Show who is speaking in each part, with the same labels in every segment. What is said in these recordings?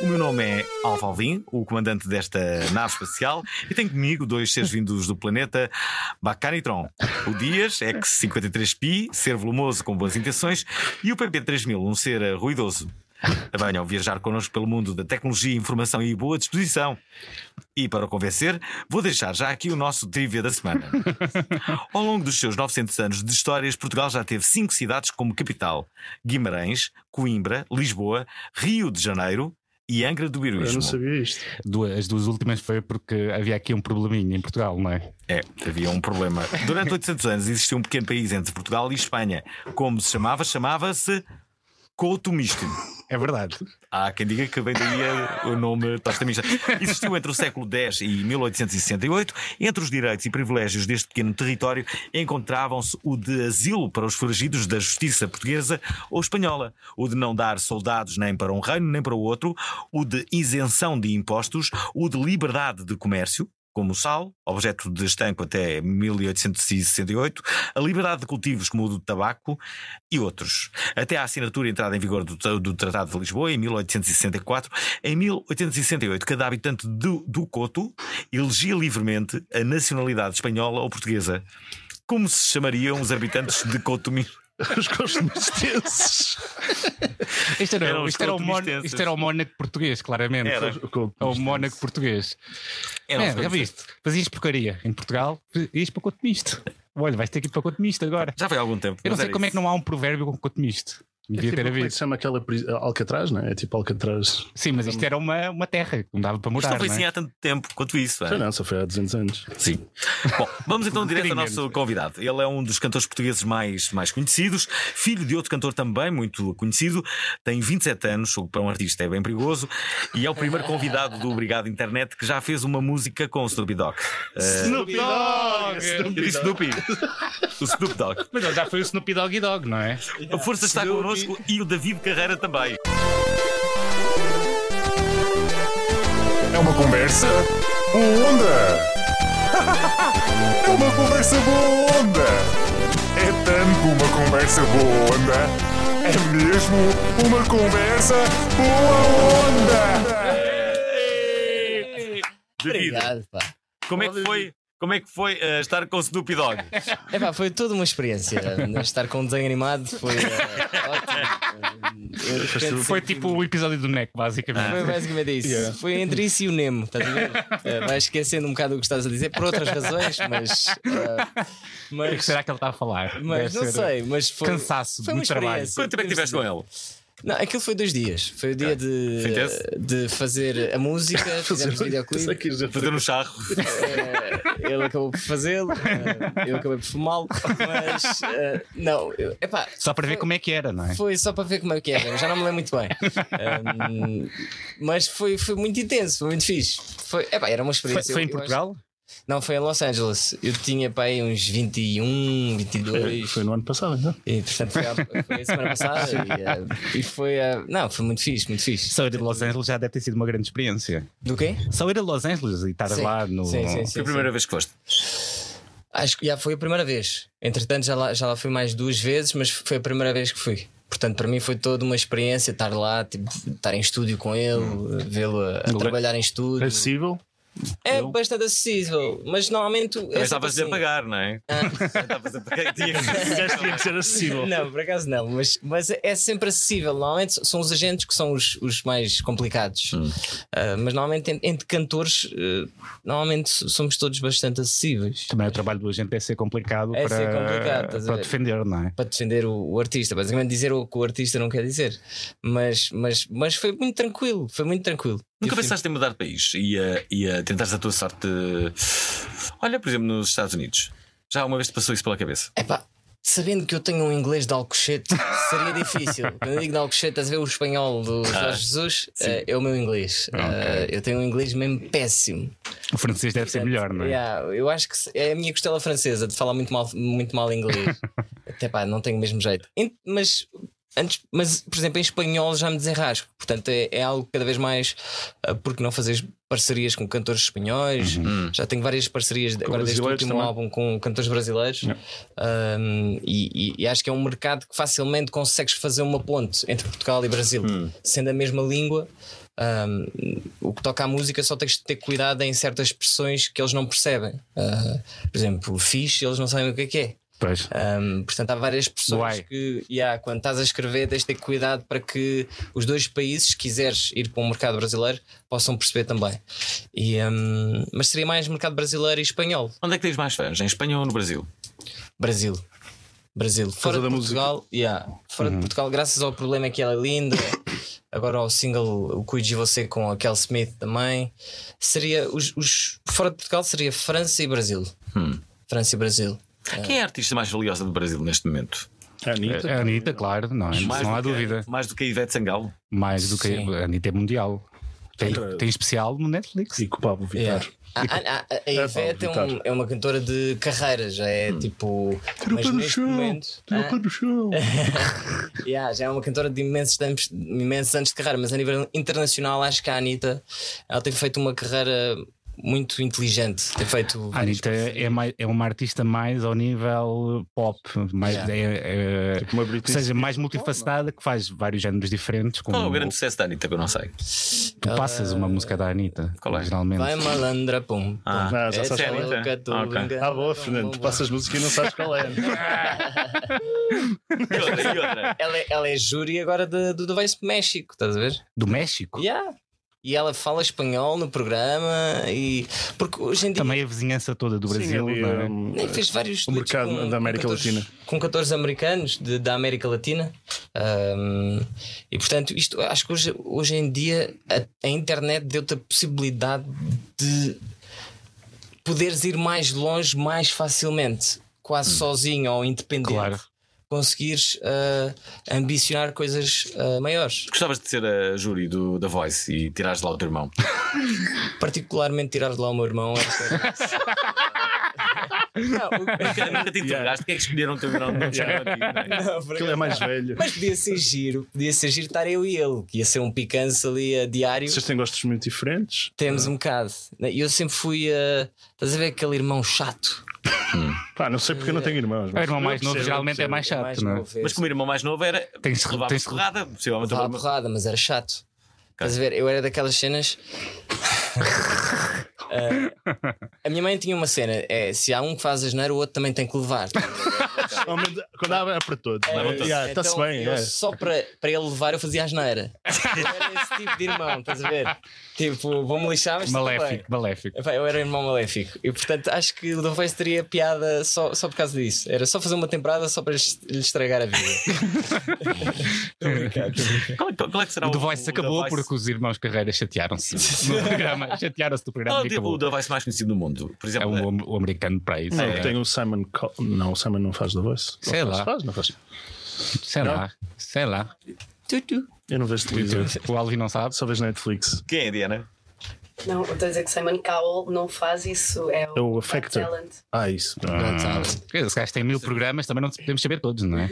Speaker 1: O meu nome é Alfa Alvim, o comandante desta nave espacial, e tenho comigo dois seres vindos do planeta Bacanitron. O Dias, ex-53pi, ser volumoso com boas intenções, e o PP3000, um ser ruidoso. Venham viajar connosco pelo mundo da tecnologia, informação e boa disposição. E para o convencer, vou deixar já aqui o nosso trivia da semana. Ao longo dos seus 900 anos de histórias, Portugal já teve cinco cidades como capital: Guimarães, Coimbra, Lisboa, Rio de Janeiro e Angra do
Speaker 2: Eu não
Speaker 1: Heroísmo.
Speaker 2: sabia isto.
Speaker 3: Duas- as duas últimas foi porque havia aqui um probleminha em Portugal, não é?
Speaker 1: É, havia um problema. Durante 800 anos existiu um pequeno país entre Portugal e Espanha. Como se chamava? Chamava-se Couto Misto.
Speaker 3: É verdade.
Speaker 1: Há quem diga que vem daí a- o nome Tosta Mista. Existiu entre o século X e 1868. Entre os direitos e privilégios deste pequeno território encontravam-se o de asilo para os foragidos da justiça portuguesa ou espanhola, o de não dar soldados nem para um reino nem para o outro, o de isenção de impostos, o de liberdade de comércio. Como o sal, objeto de estanco até 1868, a liberdade de cultivos como o do tabaco e outros. Até à assinatura e entrada em vigor do, tra- do Tratado de Lisboa, em 1864, em 1868, cada habitante do, do Coto elegia livremente a nacionalidade espanhola ou portuguesa. Como se chamariam os habitantes de Coto?
Speaker 2: Os constituenses.
Speaker 3: Isto era,
Speaker 1: Eram os
Speaker 3: isto era o, mon,
Speaker 1: cotomistenses.
Speaker 3: isto era o Mónaco português, claramente.
Speaker 1: Era.
Speaker 3: É
Speaker 2: um
Speaker 3: o Mónaco português.
Speaker 1: Eram
Speaker 3: é,
Speaker 1: os
Speaker 3: já viste? Fazias porcaria em Portugal, ias para o Couto Misto. Olha, vais ter que ir para o Couto Misto agora.
Speaker 1: Já foi há algum tempo.
Speaker 3: Eu não
Speaker 1: mas
Speaker 3: sei
Speaker 1: era
Speaker 3: como é que
Speaker 1: isso.
Speaker 3: não há um provérbio com Couto Misto. Devia
Speaker 2: Tipo,
Speaker 3: ter
Speaker 4: um
Speaker 2: como é que
Speaker 3: havido.
Speaker 2: se chama aquela pris- Alcatraz, não é? É tipo Alcatraz.
Speaker 3: Sim, mas isto era uma, uma terra que não dava para
Speaker 1: Isto
Speaker 3: morar.
Speaker 1: não foi
Speaker 3: não é?
Speaker 1: assim há tanto tempo quanto isso. é?
Speaker 2: Foi não, só foi há 200 anos.
Speaker 1: Sim. Bom, vamos então direto ao
Speaker 3: bocadinho
Speaker 1: nosso convidado. Ele é um dos cantores portugueses mais, mais conhecidos, filho de outro cantor também muito conhecido, tem 27 anos, o que para um artista é bem perigoso, e é o primeiro convidado do Obrigado Internet que já fez uma música com o Snoop Dogg. Eh,
Speaker 3: Snoop Dogg!
Speaker 1: eu disse Snoopy. O Snoop Dogg.
Speaker 3: Mas ele já foi o Snoopy Doggy Dog, não é?
Speaker 1: A força está connosco e o David Carreira também.
Speaker 5: É uma conversa boa onda! É uma conversa boa onda! É tanto uma conversa boa onda! É mesmo uma conversa boa onda!
Speaker 1: David,
Speaker 4: Obrigado, pá.
Speaker 1: como é que foi? Como é que foi eh, estar com o Snoop Dogg?
Speaker 4: É pá, foi toda uma experiência. Estar com um desenho animado foi eh, ótimo. Eu, de repente,
Speaker 3: Foi
Speaker 4: senti-me-
Speaker 3: tipo o episódio do Neco, basicamente.
Speaker 1: Ah.
Speaker 4: Foi basicamente isso. Foi entre isso e o Nemo, estás a ver? Eh, vais esquecendo um bocado o que estás a dizer por outras razões, mas. eh,
Speaker 3: O que
Speaker 4: mas
Speaker 3: será que ele está a falar?
Speaker 4: mas
Speaker 3: Deve
Speaker 4: não
Speaker 3: ser-
Speaker 4: sei, mas foi.
Speaker 3: Cansaço
Speaker 4: foi
Speaker 3: do
Speaker 4: uma
Speaker 3: trabalho.
Speaker 4: experiência.
Speaker 1: Quanto tempo é que estiveste com ele?
Speaker 4: Não, aquilo foi dois dias. Foi o dia de,
Speaker 1: Foi intenso?
Speaker 4: de fazer a música, fizemos
Speaker 2: Pensei
Speaker 4: videoclipe.
Speaker 2: que ias dizer-
Speaker 1: Fazer um charro.
Speaker 4: Eh, ele acabou por fazê-lo, eh, eu acabei por fumá-lo, mas eh, não, eu, epá,
Speaker 3: Só para ver como é que era, não é?
Speaker 4: foi só para ver como é que era, eu já não me lembro muito bem. Ahm, mas foi, foi muito intenso, foi muito fixe. Foi, epá, era uma
Speaker 3: Foi,
Speaker 4: experiência.
Speaker 3: foi em
Speaker 4: eu- eu acho-
Speaker 3: Portugal?
Speaker 4: não, foi em Los Angeles. Eu tinha pá, aí uns 21, 22.
Speaker 2: É, Foi no ano passado, então. não?
Speaker 4: E, portanto, foi, a, foi a semana passada e, eh, e foi. eh, não, foi muito fixe, muito fixe.
Speaker 3: Só ir a Los Angeles já deve ter sido uma grande experiência.
Speaker 4: Do quê?
Speaker 3: Só ir a Los Angeles e estar
Speaker 4: Sim.
Speaker 3: lá no.
Speaker 4: Sim, sim,
Speaker 1: Foi
Speaker 4: sim,
Speaker 1: a primeira vez que foste.
Speaker 4: Acho que já foi a primeira vez. Entretanto, já lá, já lá fui mais duas vezes, mas foi a primeira vez que fui. Portanto, para mim foi toda uma experiência estar lá, tipo, estar em estúdio com ele,
Speaker 1: Hum.
Speaker 4: vê-lo a, a trabalhar em
Speaker 2: É
Speaker 4: estúdio.
Speaker 2: acessível.
Speaker 4: É bastante acessível, mas normalmente. é assim.
Speaker 1: Também estavas a pagar, não é?
Speaker 3: Ah.
Speaker 1: Estavas a pagar. Tinha que-
Speaker 2: Tinha que ser acessível.
Speaker 4: Não, por acaso não, mas, mas é sempre acessível. Normalmente são os agentes que são os, os mais complicados.
Speaker 1: Hum.
Speaker 4: Ah, mas normalmente en- entre cantores, eh, normalmente somos todos bastante acessíveis.
Speaker 3: Também o trabalho do agente deve ser complicado
Speaker 4: É
Speaker 3: para,
Speaker 4: ser complicado, estás a
Speaker 3: para
Speaker 4: ver?
Speaker 3: defender, não é?
Speaker 4: para defender o, o artista, basicamente dizer o que o artista não quer dizer. Mas, mas, mas foi muito tranquilo, foi muito tranquilo.
Speaker 1: Nunca
Speaker 4: Eu fui-
Speaker 1: pensaste em mudar de país e a, e a tentares a tua sorte eh, Olha, por exemplo, nos Estados Unidos. Já uma vez te passou isso pela cabeça?
Speaker 4: Epá, sabendo que eu tenho um inglês de Alcochete, seria difícil. Quando eu digo de Alcochete, estás a ver o espanhol do Jorge Jesus? eh, é o meu inglês. Eh, eu tenho um inglês mesmo péssimo.
Speaker 3: O francês deve ser melhor, não é?
Speaker 4: Yeah, eu acho que se- é a minha costela francesa de falar muito mal, muito mal inglês. Até pá, não tenho o mesmo jeito. Em- Mas. Antes, mas, por exemplo, em espanhol já me desenrasco, portanto é, é algo cada vez mais. ah, porque não fazer parcerias com cantores espanhóis?
Speaker 3: Uhum.
Speaker 4: Já tenho várias parcerias, agora deste
Speaker 2: brasileiros
Speaker 4: último
Speaker 2: também.
Speaker 4: álbum, com cantores brasileiros. Ahm, e, e- e acho que é um mercado que facilmente consegues fazer uma ponte entre Portugal e Brasil,
Speaker 2: Hum.
Speaker 4: sendo a mesma língua. Um, o que toca à música só tens de ter cuidado em certas expressões que eles não percebem. Uh, por exemplo, fixe, eles não sabem o que é que é.
Speaker 3: Pois.
Speaker 4: Um, portanto, há várias pessoas
Speaker 3: Uai.
Speaker 4: que, yeah, quando estás a escrever, tens de ter cuidado para que os dois países, se quiseres ir para o mercado brasileiro, possam perceber também. E, um, mas seria mais mercado brasileiro e espanhol.
Speaker 1: Onde é que tens mais fãs? Em Espanha ou no Brasil?
Speaker 4: Brasil. Brasil. Fora de
Speaker 2: da
Speaker 4: Portugal, yeah. fora de Portugal, graças ao problema que ela é linda. Agora ao single O Cuide de Você com a Kel Smith também. Seria os, os- fora de Portugal seria França e Brasil. França e Brasil.
Speaker 3: Ah.
Speaker 1: Quem é a artista mais valiosa do Brasil neste momento?
Speaker 2: A Anitta.
Speaker 3: A Anitta, claro, não, não
Speaker 1: do
Speaker 3: há
Speaker 1: que-
Speaker 3: dúvida.
Speaker 1: Mais do que a Ivete Sangalo?
Speaker 3: Mais do que
Speaker 4: Sim.
Speaker 3: a Anitta é mundial. Tem, tem especial no Netflix.
Speaker 2: E com o Pablo Vittar.
Speaker 4: Yeah. A, a, a- a Ivete é, um-
Speaker 2: Vitória.
Speaker 4: é uma cantora de carreira, já é tipo. Mas neste momento. ah,
Speaker 2: Tira o pé do chão.
Speaker 4: Yeah, já é uma cantora de imensos anos, imensos anos de carreira, mas a nível internacional acho que a Anitta ela tem feito uma carreira muito inteligente. Tem feito.
Speaker 3: A Anitta é, mais, é uma artista mais ao nível pop, mais,
Speaker 4: Yeah.
Speaker 3: é- é-
Speaker 2: Uma Britney
Speaker 3: ou seja, mais multifacetada, que faz vários géneros diferentes. Como
Speaker 1: Qual é o grande sucesso da Anitta que eu não sei?
Speaker 3: Tu passas uma música da Anitta,
Speaker 1: qual é?
Speaker 3: geralmente.
Speaker 4: Vai malandra, pum.
Speaker 1: Ah,
Speaker 2: Ah, já
Speaker 4: Essa
Speaker 2: sabes
Speaker 4: é
Speaker 1: qual é.
Speaker 4: louca, tu
Speaker 1: Ah, ok.
Speaker 4: engana-
Speaker 2: Ah, boa, Fernando. Tu passas música e não sabes qual é.
Speaker 1: e outra, e outra.
Speaker 4: Ela, é- ela é júri agora de- do The Voice México, estás a ver?
Speaker 3: Do México?
Speaker 4: Yeah. E é ela fala espanhol no programa e. Porque hoje em dia.
Speaker 3: Também a vizinhança toda do
Speaker 2: Sim,
Speaker 3: Brasil,
Speaker 2: ali,
Speaker 3: não é?
Speaker 2: hum,
Speaker 4: Nem fez vários
Speaker 2: O
Speaker 4: duetos
Speaker 2: mercado da América
Speaker 4: com 14
Speaker 2: Latina.
Speaker 4: Com 14 americanos de- da América Latina. Ahm, e portanto, isto acho que hoje, hoje em dia a, a internet deu-te a possibilidade de poderes ir mais longe mais facilmente, quase
Speaker 2: Hum.
Speaker 4: sozinho ou independente.
Speaker 3: Claro.
Speaker 4: Conseguires ah, ambicionar coisas ah, maiores.
Speaker 1: Gostavas de ser a júri do, da Voice e tirares de lá o teu irmão.
Speaker 4: Particularmente tirar de lá o meu irmão.
Speaker 1: Nunca, nunca te interrogaste porque é que escolheram o teu irmão não te chamaram a ti, não é?
Speaker 2: Aquele é mais velho.
Speaker 4: Mas podia ser giro, podia ser giro estar eu e ele, que ia ser um picanço ali a diário.
Speaker 2: Vocês têm gostos muito diferentes.
Speaker 4: Temos um bocado. E eu sempre fui a. Estás a ver aquele irmão chato?
Speaker 2: Pá, não sei porque eu não tenho irmãos.
Speaker 3: O
Speaker 2: mas
Speaker 3: É irmão
Speaker 2: eu
Speaker 3: mais novo
Speaker 2: percebo,
Speaker 3: geralmente é
Speaker 2: percebo.
Speaker 3: mais
Speaker 4: É
Speaker 3: chato,
Speaker 4: mais
Speaker 3: não é?
Speaker 4: novo esse.
Speaker 1: Mas como o irmão mais novo era.
Speaker 3: Tens-
Speaker 1: levava
Speaker 3: tens-
Speaker 1: porrada, possivelmente.
Speaker 4: Levava porrada, mas era chato. Estás a ver? Eu era daquelas cenas. Ah, a minha mãe tinha uma cena: é se há um que faz asneira, o outro também tem que levar.
Speaker 3: Tá
Speaker 2: Normalmente, Quando há é para todos.
Speaker 4: É,
Speaker 2: Está-se
Speaker 4: então,
Speaker 2: bem.
Speaker 4: eu
Speaker 2: é.
Speaker 4: Só para, para ele levar, eu fazia asneira. Eu era esse tipo de irmão, estás a ver? Tipo, vou-me lixar, mas. é tudo bem.
Speaker 3: Maléfico, maléfico.
Speaker 4: Epá, eu era um irmão maléfico e portanto acho que o The Voice teria piada só, só por causa disso. Era só fazer uma temporada só para lhes- lhe estragar a vida.
Speaker 1: Qual é, que- qual é que será
Speaker 3: O
Speaker 1: o.
Speaker 3: The Voice
Speaker 1: o The
Speaker 3: acabou
Speaker 1: Voice-
Speaker 3: porque os irmãos Carreira chatearam-se no programa. Chatearam-se do programa
Speaker 1: Qual
Speaker 3: e
Speaker 1: é o
Speaker 3: acabou.
Speaker 1: The Voice mais conhecido do mundo? Por
Speaker 3: É
Speaker 1: exemplo, eh,
Speaker 3: um, am- o americano para isso.
Speaker 2: Não,
Speaker 3: é.
Speaker 2: tem o Simon. Co- Não, o Simon não faz da voz.
Speaker 3: Sei
Speaker 2: Não
Speaker 3: lá.
Speaker 2: Faz, não faz.
Speaker 3: Sei lá, sei lá.
Speaker 2: Eu não vejo televisão.
Speaker 3: O Alvin não sabe.
Speaker 2: Só vejo Netflix.
Speaker 1: quem é, Diana?
Speaker 6: Não, eu estou a dizer que Simon Cowell não faz isso. É o,
Speaker 2: É o
Speaker 6: Got
Speaker 2: Factor.
Speaker 6: Talent.
Speaker 2: Ah, isso.
Speaker 3: Hum, Esse gajo tem mil programas, também não podemos saber todos, não é?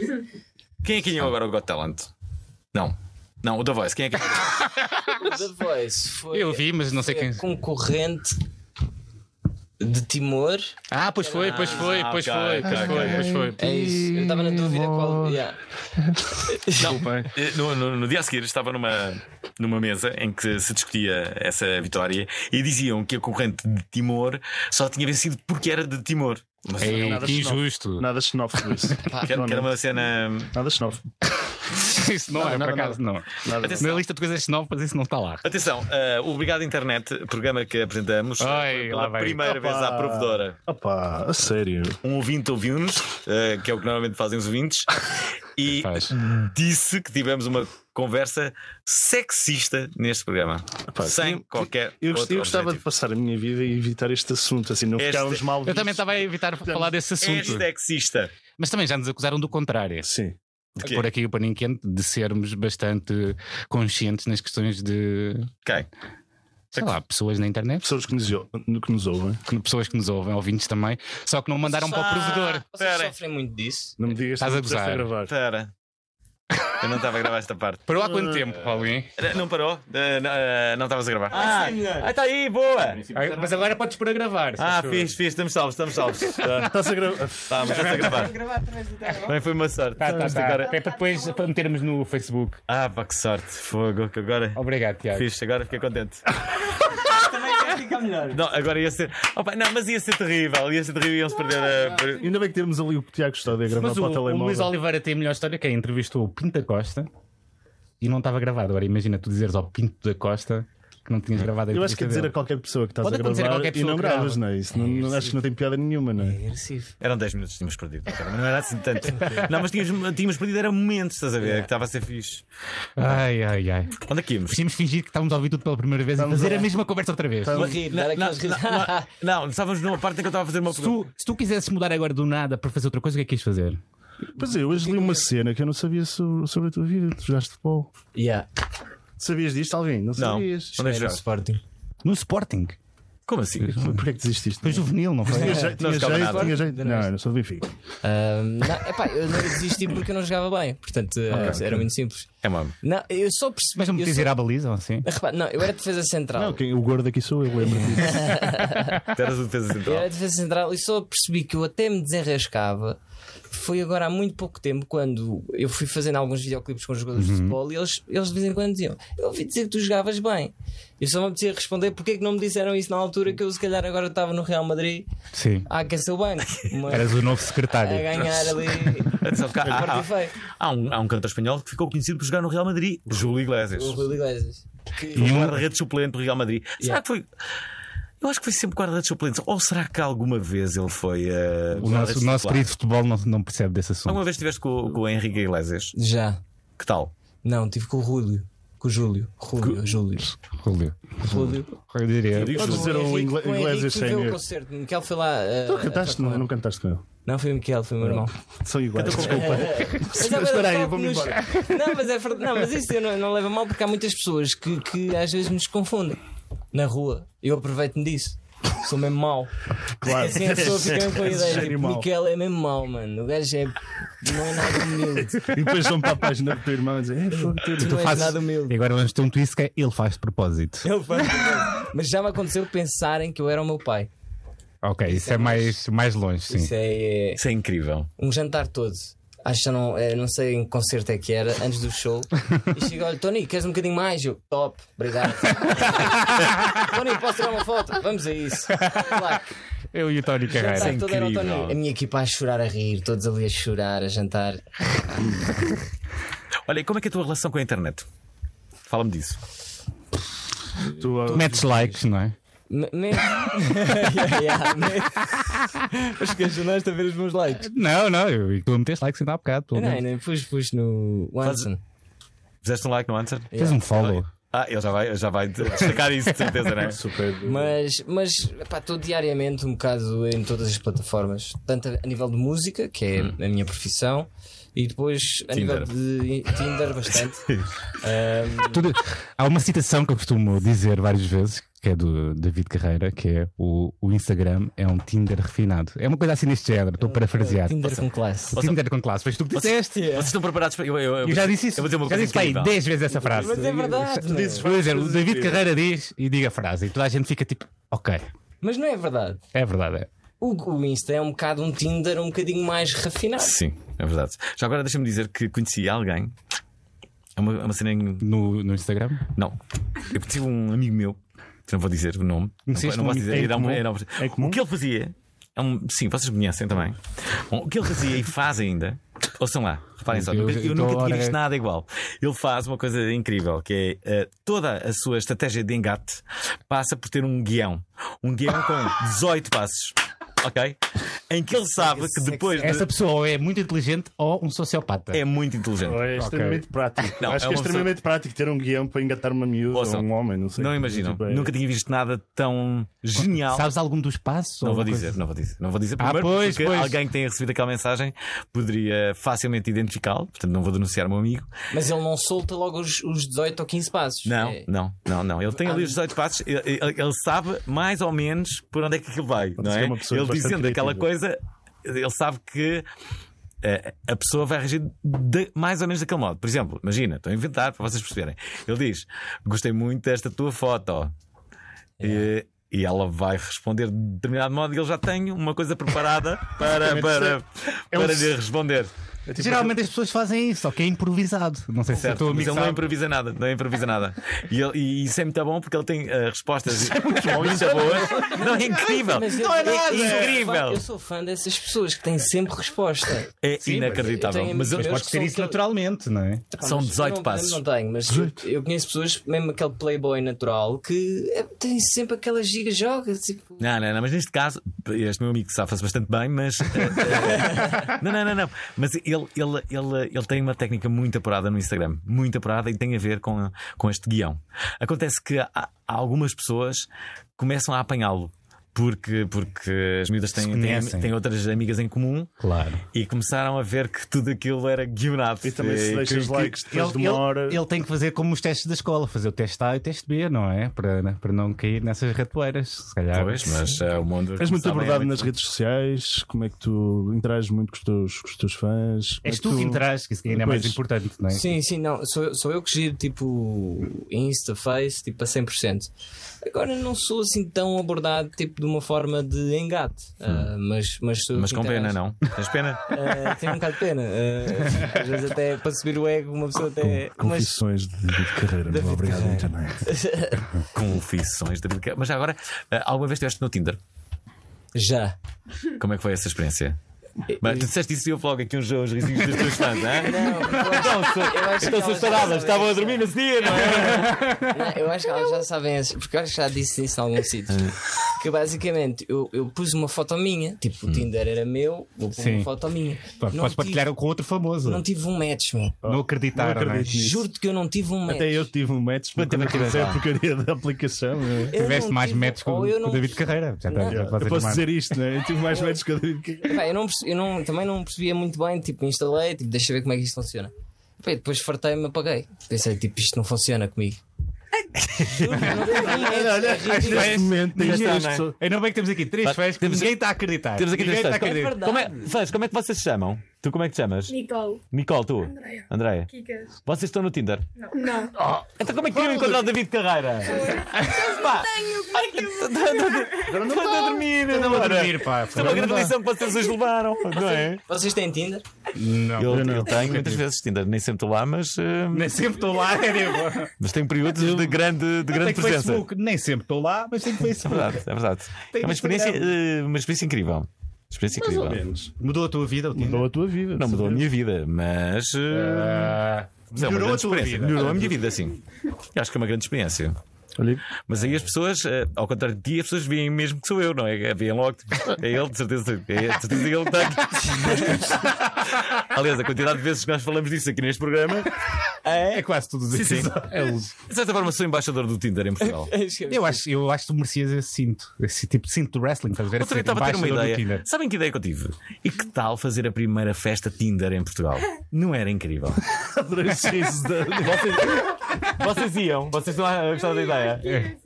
Speaker 1: Quem é que
Speaker 3: Ah.
Speaker 1: ganhou agora o Got Talent? Não. Não, o The Voice. Quem é que
Speaker 4: O The Voice foi
Speaker 3: Eu vi, mas não sei
Speaker 4: foi
Speaker 3: quem.
Speaker 4: a concorrente de Timor.
Speaker 3: Ah, pois foi, pois foi,
Speaker 1: Ah,
Speaker 3: pois
Speaker 1: ok,
Speaker 3: foi, pois
Speaker 1: ok,
Speaker 3: foi,
Speaker 1: ok.
Speaker 3: pois foi.
Speaker 4: É isso. Eu estava na dúvida qual. Yeah.
Speaker 1: Eh, No, no- no dia a seguir estava numa, numa mesa em que se discutia essa vitória e diziam que a corrente de Timor só tinha vencido porque era de Timor. Mas
Speaker 3: Ei,
Speaker 2: Nada
Speaker 3: que
Speaker 2: xenófobo.
Speaker 3: É injusto.
Speaker 2: Nada xenófobo isso.
Speaker 3: Ah,
Speaker 1: que era, que era uma cena.
Speaker 2: Nada xenófobo.
Speaker 3: Isso não, é, por acaso, não.
Speaker 2: Nada.
Speaker 1: Atenção.
Speaker 3: Na lista de coisas novas, isso não está lá.
Speaker 1: Atenção, eh, o Obrigado Internet, programa que apresentamos eh,
Speaker 3: Ai, lá
Speaker 1: pela
Speaker 3: vai.
Speaker 1: primeira vez à provedora.
Speaker 2: Opa, a sério.
Speaker 1: Um ouvinte ouviu-nos, eh, que é o que normalmente fazem os ouvintes, e
Speaker 3: Faz.
Speaker 1: disse que tivemos uma conversa sexista neste programa.
Speaker 2: Epá,
Speaker 1: sem
Speaker 2: eu-
Speaker 1: qualquer.
Speaker 2: Eu, gost-
Speaker 1: outro
Speaker 2: eu gostava de
Speaker 1: objetivo.
Speaker 2: passar a minha vida e evitar este assunto, assim, não
Speaker 1: Este-
Speaker 2: ficávamos mal
Speaker 3: Eu
Speaker 2: vistos.
Speaker 3: também estava a evitar falar desse assunto.
Speaker 1: És sexista.
Speaker 3: Mas também já nos acusaram do contrário.
Speaker 2: Sim.
Speaker 1: De quê?
Speaker 3: Por aqui o paninho quente de sermos bastante conscientes nas questões de.
Speaker 1: Quem?
Speaker 3: Sei lá, pessoas na internet,
Speaker 2: Pessoas que nos, o- que nos ouvem.
Speaker 3: que- pessoas que nos ouvem, ouvintes também, só que não mandaram para o provedor.
Speaker 4: Ah, Vocês
Speaker 1: Espera.
Speaker 4: sofrem muito disso?
Speaker 2: Não me digas que
Speaker 3: Estás
Speaker 2: não
Speaker 3: a
Speaker 2: puseste
Speaker 3: gozar.
Speaker 2: gravar.
Speaker 1: Espera. Eu não estava a gravar esta parte.
Speaker 3: Parou há quanto tempo, Paulinho?
Speaker 1: Não, Não parou? Eh, não, eh, não estavas a gravar. Ah, está aí, boa!
Speaker 3: Ah, Mas agora podes pôr a gravar. se
Speaker 1: Ah,
Speaker 3: achou.
Speaker 1: fiz, fiz, estamos salvos, estamos salvos. Tá,
Speaker 2: Estás a gravar.
Speaker 1: mas estás a gravar. Bem, foi uma sorte.
Speaker 3: Tá, tá,
Speaker 1: Isto
Speaker 3: tá.
Speaker 1: Então, agora-
Speaker 3: É para depois para metermos no Facebook.
Speaker 1: Ah, pá, que sorte, fogo, que agora.
Speaker 3: Obrigado, Tiago.
Speaker 1: Fiz, agora fiquei contente. Não, agora ia ser. Opa, não, mas ia ser terrível, ia ser terrível, iam-se perder a. per-
Speaker 2: Ainda bem que temos ali o Tiago Estado a gravar
Speaker 3: Mas
Speaker 2: para
Speaker 3: o,
Speaker 2: o
Speaker 3: o Luís
Speaker 2: telemóvel.
Speaker 3: Oliveira tem a melhor história que é entrevistou o Pinto da Costa e não estava gravado. Agora imagina tu dizeres ao Pinto da Costa que não tinhas gravado a
Speaker 2: Eu acho que é dizer a
Speaker 3: entrevista
Speaker 2: qualquer pessoa que estás
Speaker 3: Pode
Speaker 2: a
Speaker 3: acontecer a
Speaker 2: gravar
Speaker 3: qualquer
Speaker 2: e
Speaker 3: pessoa
Speaker 2: não
Speaker 3: que
Speaker 2: graves,
Speaker 3: grava.
Speaker 2: não é? Isso não, não- acho que não tem piada nenhuma, não é?
Speaker 4: Agressivo.
Speaker 1: Eram 10 minutos que tínhamos perdido, cara, mas não era assim tanto. Não, mas tínhamos, tínhamos perdido, era momentos, estás a ver? Que estava a ser fixe.
Speaker 3: dele. Ai, ai, ai.
Speaker 1: Onde é que íamos?
Speaker 3: Precisamos fingir que estávamos a ouvir tudo pela primeira vez e fazer a mesma conversa outra vez.
Speaker 4: Vou rir, dar aquelas risadas.
Speaker 1: Não, não, estávamos numa parte em que eu estava a fazer uma
Speaker 3: Se
Speaker 1: pergunta.
Speaker 3: tu, se tu quisesses mudar agora do nada para fazer outra coisa, o que é que quis fazer?
Speaker 2: Pois é, eu hoje li uma cena que eu não sabia sobre, sobre a tua vida. Tu jogaste futebol.
Speaker 4: Yeah.
Speaker 2: Sabias disto, Alvin? Não
Speaker 1: Não,
Speaker 2: sabias.
Speaker 1: onde é que
Speaker 4: Era o
Speaker 1: jogaste?
Speaker 4: Sporting.
Speaker 3: No Sporting.
Speaker 1: Como assim?
Speaker 2: Porquê é que desististe?
Speaker 3: Foi juvenil, não foi?
Speaker 2: Tinha jeito,
Speaker 1: Não
Speaker 2: tinha
Speaker 1: jogava
Speaker 2: jeito,
Speaker 1: nada.
Speaker 2: tinha jeito. Não, eu não sou do Benfica.
Speaker 4: Ah, não, epá, eu não desisti porque eu não jogava bem. Portanto, ah, era muito simples.
Speaker 1: É uma.
Speaker 4: Não, eu só percebi.
Speaker 3: Mas não me
Speaker 4: eu
Speaker 3: diz
Speaker 4: só-
Speaker 3: ir à baliza ou assim?
Speaker 4: Repara, não, eu era defesa central.
Speaker 2: Não, quem, o gordo aqui sou eu, lembro disso.
Speaker 1: Tu eras o defesa
Speaker 4: Eu era
Speaker 1: central.
Speaker 4: defesa central e só percebi que eu até me desenrascava. Foi agora há muito pouco tempo quando eu fui fazendo alguns videoclipes com os jogadores de futebol e eles, eles de vez em quando diziam: Eu ouvi dizer que tu jogavas bem. Eu só me apetecia responder porque é que não me disseram isso na altura que eu se calhar agora estava no Real Madrid
Speaker 3: Sim.
Speaker 4: a aquecer o banco. Uma-
Speaker 3: Eras o novo
Speaker 4: a
Speaker 3: secretário.
Speaker 4: ganhar ali.
Speaker 1: Atenção, cá, há,
Speaker 4: Corte e
Speaker 1: há,
Speaker 4: feio.
Speaker 1: há um, há um cantor espanhol que ficou conhecido por jogar no Real Madrid, Júlio Iglesias.
Speaker 4: O Rui Iglesias. Que-
Speaker 1: Foi guarda-redes suplente do Real Madrid. Será
Speaker 4: Yeah.
Speaker 1: que foi. Eu acho que foi sempre guarda-redes suplente. Ou será que alguma vez ele foi. eh,
Speaker 3: O
Speaker 1: guarda-redes
Speaker 3: nosso, o nosso
Speaker 1: titular?
Speaker 3: querido futebol não, não percebe desse assunto.
Speaker 1: Alguma vez estiveste com, com o Henrique Iglesias?
Speaker 4: Já.
Speaker 1: Que tal?
Speaker 4: Não, tive com o Rúlio. Com o Júlio. Rúlio. Júlio.
Speaker 3: Rúlio.
Speaker 4: Rúlio.
Speaker 3: Eu diria.
Speaker 1: digo-
Speaker 2: Podes
Speaker 1: Júlio.
Speaker 2: dizer o
Speaker 4: Henrique-
Speaker 2: ingle-
Speaker 4: com o Henrique
Speaker 2: inglês Então,
Speaker 4: fui ver o
Speaker 2: sénior.
Speaker 4: concerto. Miquel foi lá. eh,
Speaker 2: Tu cantaste, não, não cantaste com ele.
Speaker 4: Não foi o Miquel, foi o meu irmão. Então, é,
Speaker 2: São iguais, desculpa.
Speaker 4: Mas agora
Speaker 2: Espera aí,
Speaker 4: só que
Speaker 2: vou-me
Speaker 4: nos-
Speaker 2: embora.
Speaker 4: Não, mas é verdade. Não, mas isso eu não, não levo a mal porque há muitas pessoas que, que às vezes nos confundem na rua. Eu aproveito-me disso. Sou mesmo mau.
Speaker 2: Claro.
Speaker 4: Assim a pessoa fica mesmo com a
Speaker 2: Esse
Speaker 4: ideia.
Speaker 2: gênio
Speaker 4: Tipo,
Speaker 2: mau.
Speaker 4: Miquel é mesmo mau, mano. O gajo é. Não é nada humilde.
Speaker 2: E depois vão para a página do teu irmão e dizem: É, fogo, tu É.
Speaker 4: Tu não és nada humilde.
Speaker 3: E agora vamos ter um twist que é ele faz de propósito.
Speaker 4: Ele faz tudo. Mas já me aconteceu pensarem que eu era o meu pai.
Speaker 3: Ok, isso é mais, mais longe, sim.
Speaker 4: Isso é, é
Speaker 1: Isso é incrível.
Speaker 4: um jantar todo. Acho que eu não, eh, não sei em que concerto é que era, antes do show. E chega, olha, Tony, queres um bocadinho mais? Eu, top, obrigado. Tony, posso tirar uma foto? Vamos a isso. Claro.
Speaker 3: Eu e o Tony
Speaker 4: Jantar
Speaker 3: Carreira.
Speaker 4: todo era o Tony.
Speaker 1: incrível.
Speaker 4: A minha equipa a chorar, a rir, todos ali a chorar, a jantar.
Speaker 1: Olha, e como é que é a tua relação com a internet? Fala-me disso.
Speaker 2: Tu, ah,
Speaker 3: Metes likes, não é?
Speaker 4: Me- me- Yeah, yeah, me- Mas que ajudaste a ver os meus likes.
Speaker 3: Não, não, eu, tu meteste likes ainda há bocado. pelo
Speaker 4: Não,
Speaker 3: menos.
Speaker 4: não, pus, pus no Watson.
Speaker 1: Fizeste um like no answer?
Speaker 3: Fez um follow.
Speaker 1: Ah, ele já vai, já vai destacar isso, de certeza, não é?
Speaker 2: Super.
Speaker 4: Mas, mas epá, estou diariamente um bocado em todas as plataformas, tanto a nível de música, que é a minha profissão, e depois a
Speaker 1: Hum. Tinder.
Speaker 4: nível de Tinder, bastante.
Speaker 3: Tudo- Há uma citação que eu costumo dizer várias vezes, que é do David Carreira, que é o, o Instagram é um Tinder refinado. É uma coisa assim neste género, estou a parafrasear.
Speaker 4: é, Tinder com classe.
Speaker 3: Tinder com classe, foste tu que disseste.
Speaker 1: Vocês estão preparados para. Eu,
Speaker 3: Eu já disse isso.
Speaker 1: Eu vou dizer uma
Speaker 3: já
Speaker 1: coisa
Speaker 3: disse para aí
Speaker 1: incrível.
Speaker 3: 10 vezes essa frase.
Speaker 4: Mas é verdade. meu.
Speaker 3: Vou dizer, o David Carreira diz e diga a frase. E toda a gente fica tipo, ok,
Speaker 4: Mas não é verdade.
Speaker 3: é verdade. é.
Speaker 4: O, o Insta é um bocado um Tinder um bocadinho mais refinado.
Speaker 1: Sim, é verdade. Já agora deixa-me dizer que conheci alguém. É uma, é uma cena. em-
Speaker 3: No, no Instagram?
Speaker 1: Não. Eu conheci um amigo meu, que não vou dizer o nome. Não,
Speaker 3: Conheceste
Speaker 1: não
Speaker 3: um
Speaker 1: posso
Speaker 3: amigo-
Speaker 1: dizer.
Speaker 3: é
Speaker 1: era um-
Speaker 3: comum?
Speaker 1: era um-
Speaker 2: É comum?
Speaker 1: O que ele fazia. é um- sim, vocês conhecem também. Bom, o que ele fazia e faz ainda. Ouçam lá, reparem só, eu,
Speaker 3: Eu-
Speaker 1: eu
Speaker 3: eu
Speaker 1: nunca
Speaker 3: tô
Speaker 1: tinha
Speaker 3: agora-
Speaker 1: visto nada igual. Ele faz uma coisa incrível, que é eh, toda a sua estratégia de engate passa por ter um guião. Um guião com 18 passos. Ok? em que ele sabe que depois. de-
Speaker 3: Essa pessoa ou é muito inteligente ou um sociopata.
Speaker 1: É muito inteligente.
Speaker 2: É extremamente prático.
Speaker 1: Não,
Speaker 2: Acho
Speaker 1: é
Speaker 2: que é
Speaker 1: uma
Speaker 2: extremamente prático ter um guião para engatar uma miúda ou
Speaker 1: Ouçam,
Speaker 2: um homem, não sei.
Speaker 1: Não imaginam.
Speaker 2: Tipo, é-
Speaker 1: Nunca tinha visto nada tão genial.
Speaker 3: Sabes algum dos passos?
Speaker 1: Não
Speaker 3: ou
Speaker 1: vou
Speaker 3: alguma
Speaker 1: dizer,
Speaker 3: coisa?
Speaker 1: não vou dizer, não vou dizer.
Speaker 3: Ah, pois,
Speaker 1: porque
Speaker 3: pois.
Speaker 1: alguém que tenha recebido aquela mensagem poderia facilmente identificá-lo, portanto não vou denunciar o meu amigo.
Speaker 4: Mas ele não solta logo os, os 18 ou 15 passos.
Speaker 1: Não,
Speaker 4: É-
Speaker 1: não, não, não. Ele tem ali os 18 passos, ele, ele- ele sabe mais ou menos por onde é que aquilo vai, não
Speaker 2: ser
Speaker 1: é?
Speaker 2: uma pessoa
Speaker 1: Ele
Speaker 2: bastante
Speaker 1: dizendo aquela coisa, ele sabe que eh, a pessoa vai reagir de- mais ou menos daquele modo. Por exemplo, imagina, estou a inventar para vocês perceberem. Ele diz: Gostei muito desta tua foto.
Speaker 2: É.
Speaker 1: E, e ela vai responder de determinado modo e ele já tem uma coisa preparada para, para,
Speaker 2: É um
Speaker 1: para
Speaker 2: s-
Speaker 1: lhe responder.
Speaker 2: é tipo-
Speaker 3: Geralmente as pessoas fazem isso, só que é improvisado. Não sei se eu
Speaker 1: Certo,
Speaker 3: estou a
Speaker 1: mas ele não
Speaker 3: mixar.
Speaker 1: improvisa nada, não improvisa nada. E, ele- e isso é muito bom porque ele tem eh, respostas
Speaker 3: é
Speaker 1: muito boas. Não, é incrível!
Speaker 4: Mas eu-
Speaker 1: Não é
Speaker 4: eu-
Speaker 1: nada!
Speaker 4: eu sou fã-
Speaker 1: Incrível!
Speaker 4: Eu sou fã dessas pessoas que têm sempre resposta.
Speaker 1: É
Speaker 3: mas
Speaker 4: eu
Speaker 1: inacreditável.
Speaker 4: tenho
Speaker 1: Mas
Speaker 4: amigos
Speaker 1: eu-
Speaker 3: Mas
Speaker 4: meus
Speaker 3: pode
Speaker 4: que
Speaker 3: ser
Speaker 4: são
Speaker 3: isso
Speaker 4: aquele-
Speaker 3: naturalmente, não é?
Speaker 4: Pá,
Speaker 1: São
Speaker 4: mas
Speaker 1: 18
Speaker 4: eu não,
Speaker 1: passos.
Speaker 4: Eu não tenho, mas eu, eu conheço pessoas, mesmo aquele playboy natural, que é- tem sempre aquelas gigas jogas. Tipo,
Speaker 1: Não, não, não, mas neste caso, este meu amigo safa-se bastante bem, mas. eh, eh, não, não, não, não. Mas ele, ele, ele, ele tem uma técnica muito apurada no Instagram, muito apurada e tem a ver com, com este guião. Acontece que há, há algumas pessoas começam a apanhá-lo. Porque, porque as miúdas têm, têm,
Speaker 3: conhecem.
Speaker 1: têm outras amigas em comum
Speaker 3: Claro.
Speaker 1: E começaram a ver que tudo aquilo era guionado.
Speaker 2: E também se
Speaker 1: que-
Speaker 2: deixas
Speaker 1: que-
Speaker 2: likes depois de
Speaker 3: Ele,
Speaker 2: uma
Speaker 3: ele-
Speaker 2: hora.
Speaker 3: ele tem que fazer como os testes da escola, fazer o teste A e o teste B, não é? Para, né, para não cair nessas ratoeiras, se calhar.
Speaker 1: Pois, mas eh, o mundo.
Speaker 2: És muito
Speaker 1: começava a-
Speaker 2: abordado nas redes sociais, como é que tu interages muito com os teus, com os teus fãs? Como é
Speaker 3: És tu que interage, que isso ainda é mais
Speaker 2: Pois.
Speaker 3: importante, não é?
Speaker 4: Sim, sim, não. Sou, sou eu que giro tipo Insta, Face, tipo a 100%. Agora não sou assim tão abordado, tipo de uma forma de engate. Ah, mas, mas, sou eu
Speaker 1: Hum. Mas
Speaker 4: que
Speaker 1: com pena,
Speaker 4: interajo.
Speaker 1: não? Tens pena?
Speaker 4: Ah, tenho um bocado de pena. Ah, às vezes, até para subir o ego, uma pessoa até. Mas
Speaker 2: Confissões de, de carreira, muito obrigado internet.
Speaker 1: Confissões da vida. Mas já agora, eh, alguma vez estiveste no Tinder?
Speaker 4: já.
Speaker 1: Como é que foi essa experiência? Mas tu disseste isso e eu logo aqui uns, uns risinhos dos teus fãs, é? hein?
Speaker 4: Não,
Speaker 1: Então, sou-
Speaker 4: eu acho que
Speaker 1: então sou
Speaker 4: elas
Speaker 1: estouradas,
Speaker 4: sabem
Speaker 1: estavam a
Speaker 4: isso.
Speaker 1: dormir nesse dia, não é?
Speaker 4: Não, eu acho que elas já sabem isso, porque eu acho que já disse isso em algum sítio.
Speaker 3: É.
Speaker 4: Que basicamente eu, eu pus uma foto minha, tipo o Tinder era meu, vou pôr
Speaker 3: Hum. Sim.
Speaker 4: uma foto minha.
Speaker 3: Pá,
Speaker 4: Não
Speaker 3: Podes
Speaker 4: tive,
Speaker 3: partilhar com outro famoso.
Speaker 4: não
Speaker 3: Não,
Speaker 4: tive um match, meu.
Speaker 3: acreditar,
Speaker 2: Não
Speaker 3: não, é?
Speaker 2: acredito. Isso.
Speaker 4: Juro-te que eu não tive um match.
Speaker 2: Até eu tive um match, mas também tive a porcaria da aplicação. não é?
Speaker 4: Eu
Speaker 3: Tiveste
Speaker 4: não
Speaker 3: mais
Speaker 4: tive-
Speaker 3: metros com
Speaker 4: ou eu
Speaker 3: com o
Speaker 4: não-
Speaker 3: David Carreira. Já tá- já
Speaker 2: Eu
Speaker 3: tá a ser
Speaker 2: posso
Speaker 3: chamado.
Speaker 2: dizer isto, né? Eu tive mais matches que eu tive que.
Speaker 4: Pá, eu, não perce- eu não- também não percebia muito bem, tipo, instalei, tipo, deixa eu ver como é que isto funciona. Pá, e depois fartei-me e apaguei. Pensei, tipo, isto não funciona comigo. Juro, não tive um match, é ridículo.
Speaker 2: Neste momento, tem
Speaker 1: Mas
Speaker 2: três
Speaker 1: não,
Speaker 2: pessoas.
Speaker 3: Ainda bem que temos aqui três
Speaker 1: Mas
Speaker 3: fãs que
Speaker 1: temos-
Speaker 3: ninguém está a acreditar.
Speaker 1: Temos aqui
Speaker 2: tá
Speaker 3: ninguém
Speaker 1: três
Speaker 3: está a
Speaker 1: fãs.
Speaker 4: É
Speaker 3: acreditar.
Speaker 4: verdade.
Speaker 1: Como é, fãs, como é que vocês se chamam? Tu como é que te chamas?
Speaker 7: Nicole,
Speaker 1: Nicole, tu?
Speaker 7: Andréia.
Speaker 1: Andréia.
Speaker 7: Kikas.
Speaker 1: Vocês estão no Tinder?
Speaker 7: Não.
Speaker 1: Então como é que queriam encontrar o David Carreira? Pá, Estão a dormir,
Speaker 3: Estão a dormir, pá.
Speaker 1: Isto é uma grande lição que vocês os levaram, não
Speaker 2: Ah,
Speaker 1: é?
Speaker 4: Vocês têm Tinder?
Speaker 3: Não,
Speaker 1: Eu,
Speaker 3: eu não.
Speaker 1: eu
Speaker 2: é
Speaker 1: tenho muitas vezes Tinder, nem sempre estou lá, mas, eh,
Speaker 3: Nem sempre estou lá, é digo.
Speaker 1: mas tenho períodos de grande, de grande
Speaker 3: Tenho
Speaker 1: presença. É
Speaker 3: Facebook, nem sempre estou lá, mas tenho Facebook.
Speaker 1: verdade, é verdade.
Speaker 3: Tenho
Speaker 1: é uma experiência, eh, uma experiência incrível. Experiência incrível.
Speaker 3: Mudou a tua vida? o Tinder?
Speaker 2: Mudou a tua vida.
Speaker 1: Não mudou a
Speaker 2: sabes?
Speaker 1: minha vida, mas. eh,
Speaker 3: Ah,
Speaker 1: mas é uma
Speaker 3: melhorou
Speaker 1: grande
Speaker 3: a tua
Speaker 1: experiência.
Speaker 3: vida.
Speaker 1: Melhorou a minha vida, sim. Eu acho que é uma grande experiência.
Speaker 2: Olha,
Speaker 1: Mas aí as pessoas, eh, ao contrário de ti, as pessoas veem mesmo que sou eu, não é? Veem logo, é ele, de certeza, é de certeza que ele está aqui. Aliás, a quantidade de vezes que nós falamos disso aqui neste programa,
Speaker 3: É, quase tudo isso.
Speaker 1: sim. de certa forma sou embaixador do Tinder em Portugal.
Speaker 3: Eu acho, eu acho É que tu merecias esse cinto, esse tipo de cinto de wrestling, estás a ver?
Speaker 1: Outro dia
Speaker 3: Esse
Speaker 1: estava a ter uma
Speaker 3: embaixador do Tinder.
Speaker 1: ideia. Sabem que ideia que eu tive? E que tal fazer a primeira festa Tinder em Portugal? Não era incrível?
Speaker 2: adorei os risos da-
Speaker 1: Vocês iam, vocês estão a gostar da ideia.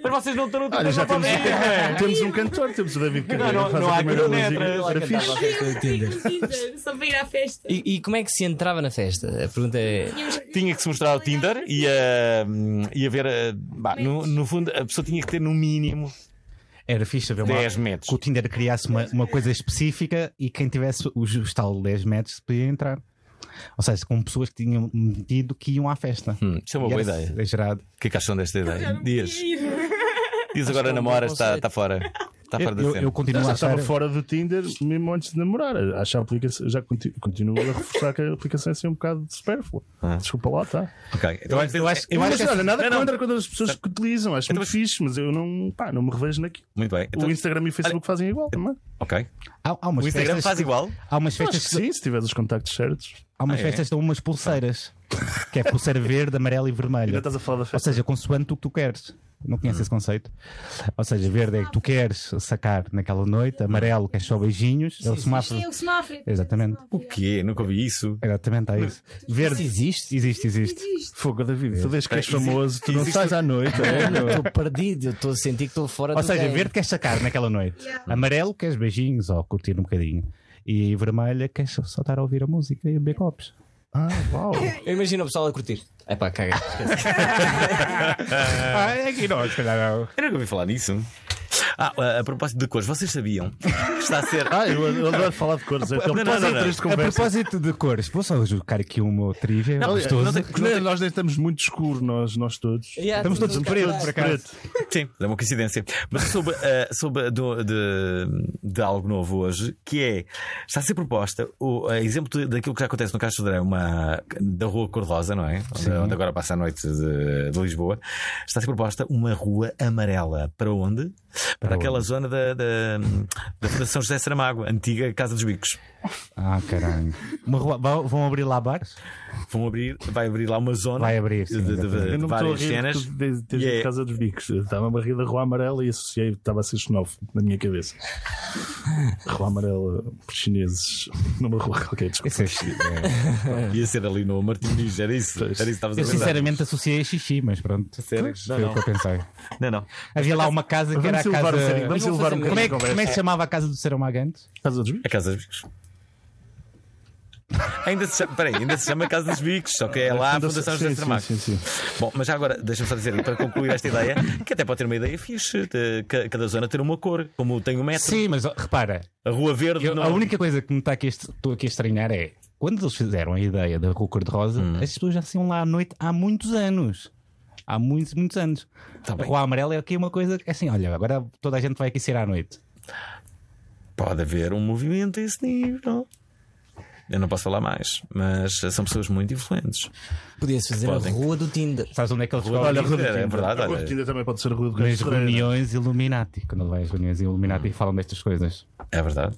Speaker 1: Mas vocês não estão no Tinder,
Speaker 2: Olha, já
Speaker 1: não
Speaker 2: temos,
Speaker 1: podem ir, não é?
Speaker 2: temos um cantor, temos o David Carreira.
Speaker 1: não-
Speaker 2: que faz
Speaker 1: não
Speaker 2: a
Speaker 1: há
Speaker 2: primeira
Speaker 1: cronetas,
Speaker 2: música.
Speaker 1: lá
Speaker 2: Era
Speaker 4: cantava.
Speaker 2: fixe.
Speaker 7: Só para ir à festa.
Speaker 4: E, e como é que se entrava na festa? A pergunta é.
Speaker 1: Tinha que se mostrar ao Tinder e a, e a ver. eh, bah, no, no fundo, a pessoa tinha que ter no mínimo
Speaker 3: Era fixe saber uma
Speaker 1: 10 metros.
Speaker 3: que o Tinder criasse uma, uma coisa específica e quem tivesse os, os tal 10 metros podia entrar. Ou seja, com pessoas que tinham medido que iam à festa.
Speaker 1: Hum, Isso é uma
Speaker 3: E
Speaker 1: boa
Speaker 3: era
Speaker 1: ideia.
Speaker 3: gerado.
Speaker 1: O que é que acham desta ideia? Dias. Diz agora
Speaker 4: que é um bom
Speaker 1: namoras, está
Speaker 4: conceito.
Speaker 1: está fora. Está para
Speaker 3: Eu,
Speaker 1: da
Speaker 3: eu
Speaker 2: Eu
Speaker 3: continuo a
Speaker 2: já
Speaker 3: achar.
Speaker 2: estava fora do Tinder mesmo antes de namorar. Acho a aplicação, já conti- continuo a reforçar que a aplicação é assim um bocado supérflua.
Speaker 1: Ah.
Speaker 2: Desculpa lá, tá?
Speaker 1: Ok. Então,
Speaker 3: acho- eu acho- eu
Speaker 2: mas
Speaker 3: acho que-
Speaker 2: olha, nada
Speaker 1: Não, não.
Speaker 2: contra quando as pessoas que utilizam, acho muito fixe, mas eu não, pá, não me revejo naquilo.
Speaker 1: Muito bem. Então,
Speaker 2: o Instagram e o Facebook fazem igual também.
Speaker 1: Ok.
Speaker 3: Há, há umas
Speaker 1: O Instagram
Speaker 3: festas-
Speaker 1: faz igual.
Speaker 3: Há umas
Speaker 2: Eu Acho
Speaker 3: festas
Speaker 2: que
Speaker 3: que
Speaker 2: sim, se tiveres os contactos certos.
Speaker 3: Há umas
Speaker 1: Ah, é?
Speaker 3: festas que dão umas pulseiras que é pulseira verde, amarela e
Speaker 2: Ainda
Speaker 3: vermelha.
Speaker 2: estás a falar da
Speaker 3: Ou
Speaker 2: festa.
Speaker 3: seja, consoante o que tu queres. Não
Speaker 1: Hum.
Speaker 3: conheces esse conceito. Ou seja, verde é que tu queres sacar naquela noite, amarelo queres só beijinhos, é o semáforo.
Speaker 7: É o semáforo.
Speaker 3: Exatamente.
Speaker 1: O quê? é? Nunca vi isso.
Speaker 3: Exatamente, é isso. Verde. Existe? Existe, existe.
Speaker 7: Existe.
Speaker 2: Fogo, David, tu desde que és
Speaker 1: Existe-
Speaker 2: famoso, tu não
Speaker 1: existe-
Speaker 2: sais à noite. é, meu.
Speaker 4: Estou perdido, eu estou a sentir que estou fora
Speaker 3: Ou
Speaker 4: do
Speaker 3: seja,
Speaker 4: game.
Speaker 3: verde queres sacar naquela noite. Uhum.
Speaker 7: Yeah.
Speaker 3: Amarelo queres beijinhos ou curtir um bocadinho. E vermelha queres só só estar a ouvir a música e a beber copos.
Speaker 2: Ah, uau.
Speaker 4: Eu imagino o pessoal a curtir. É pá, caga.
Speaker 3: Ah, é que não, se calhar não.
Speaker 1: Eu nunca ouvi falar nisso. Ah, a- a propósito de cores, vocês sabiam que está a ser.
Speaker 2: Ah, eu eu adoro falar de cores. É
Speaker 1: Não, não,
Speaker 2: aquele
Speaker 1: não, não.
Speaker 2: pós-interesse de
Speaker 3: A
Speaker 2: conversa.
Speaker 3: propósito de cores, vou só jogar aqui uma trivia.
Speaker 1: Não,
Speaker 3: gostoso.
Speaker 1: não tem-
Speaker 2: Não, Nós nem estamos muito escuro, nós, nós todos.
Speaker 3: Estamos todos pretos, por acaso.
Speaker 1: Sim, é uma coincidência. Mas sobre, eh, sobre do- de, de algo novo hoje, que é. Está a ser proposta o eh, exemplo de- daquilo que já acontece no Castro Drão, uma da Rua Cor-de-Rosa, não é? Onde, onde agora passa a noite de, de Lisboa. Está a ser proposta uma rua amarela. Para onde? Para, aquela zona da, da, da Fundação José Saramago, antiga Casa dos Bicos.
Speaker 3: Ah, caralho. Uma rua- vão vão abrir lá bares?
Speaker 1: Vão abrir, vai abrir lá uma zona.
Speaker 3: Vai abrir, sim,
Speaker 1: de- de- de-
Speaker 3: exatamente.
Speaker 1: de
Speaker 2: Eu não me estou a
Speaker 1: várias
Speaker 2: rir
Speaker 1: cenas.
Speaker 2: porque desde, desde
Speaker 1: E é-
Speaker 2: a Casa dos Bicos. Eu Estava a barriga da Rua Amarela e associei, estava a ser xenófobo na minha cabeça. Rua Amarela, por chineses, numa rua qualquer, desculpa.
Speaker 3: Isso é chi- é.
Speaker 1: Ia ser ali no Martim Muniz, era isso. Era isso que estavas a
Speaker 3: Eu
Speaker 1: pensar.
Speaker 3: sinceramente associei a xixi, mas pronto.
Speaker 1: Sério?
Speaker 3: Foi
Speaker 1: Não,
Speaker 3: o que eu pensei.
Speaker 1: Não, não.
Speaker 3: Havia lá uma casa que era a
Speaker 2: Vamos elevar um bocadinho,
Speaker 3: casa.
Speaker 2: vamos elevar um
Speaker 3: Como é,
Speaker 2: bocadinho a
Speaker 3: que, como é que se
Speaker 2: conversa.
Speaker 3: chamava a casa do Saramagante?
Speaker 2: Casa dos Bicos?
Speaker 1: A Casa dos Bicos. Ainda se chama, peraí, ainda se chama Casa dos Bicos, só que é lá a Fundação José
Speaker 2: sim, sim,
Speaker 1: Saramago.
Speaker 2: sim, sim.
Speaker 1: Bom, mas já agora, deixa-me só dizer, e para concluir esta ideia, que até pode ter uma ideia fixe, de ca- cada zona ter uma cor, como tem o metro,
Speaker 3: Sim, mas ó, repara,
Speaker 1: a Rua Verde.
Speaker 3: eu-
Speaker 1: não-
Speaker 3: a única coisa que me está aqui a est- estou aqui a estranhar é quando eles fizeram a ideia da rua cor-de-rosa, as pessoas já saíam lá à noite há muitos anos. Há muitos, muitos anos. a
Speaker 1: bem.
Speaker 3: rua amarela é aqui uma coisa que é assim: olha, agora toda a gente vai aqui sair à noite.
Speaker 1: Pode haver um movimento a esse nível. Eu não posso falar mais, mas eh, são pessoas muito influentes.
Speaker 4: Podia-se fazer
Speaker 1: Podem.
Speaker 4: a rua do Tinder.
Speaker 3: Sabes onde é que eles vão?
Speaker 1: Olha,
Speaker 2: Rua do
Speaker 1: é, é
Speaker 2: Tinder.
Speaker 1: verdade,
Speaker 2: A Rua do
Speaker 1: olha,
Speaker 2: Tinder também pode ser a Rua do
Speaker 3: Nas
Speaker 2: Reis Ferreira.
Speaker 3: reuniões Illuminati, quando ele vai às reuniões Illuminati e falam destas coisas.
Speaker 1: é verdade.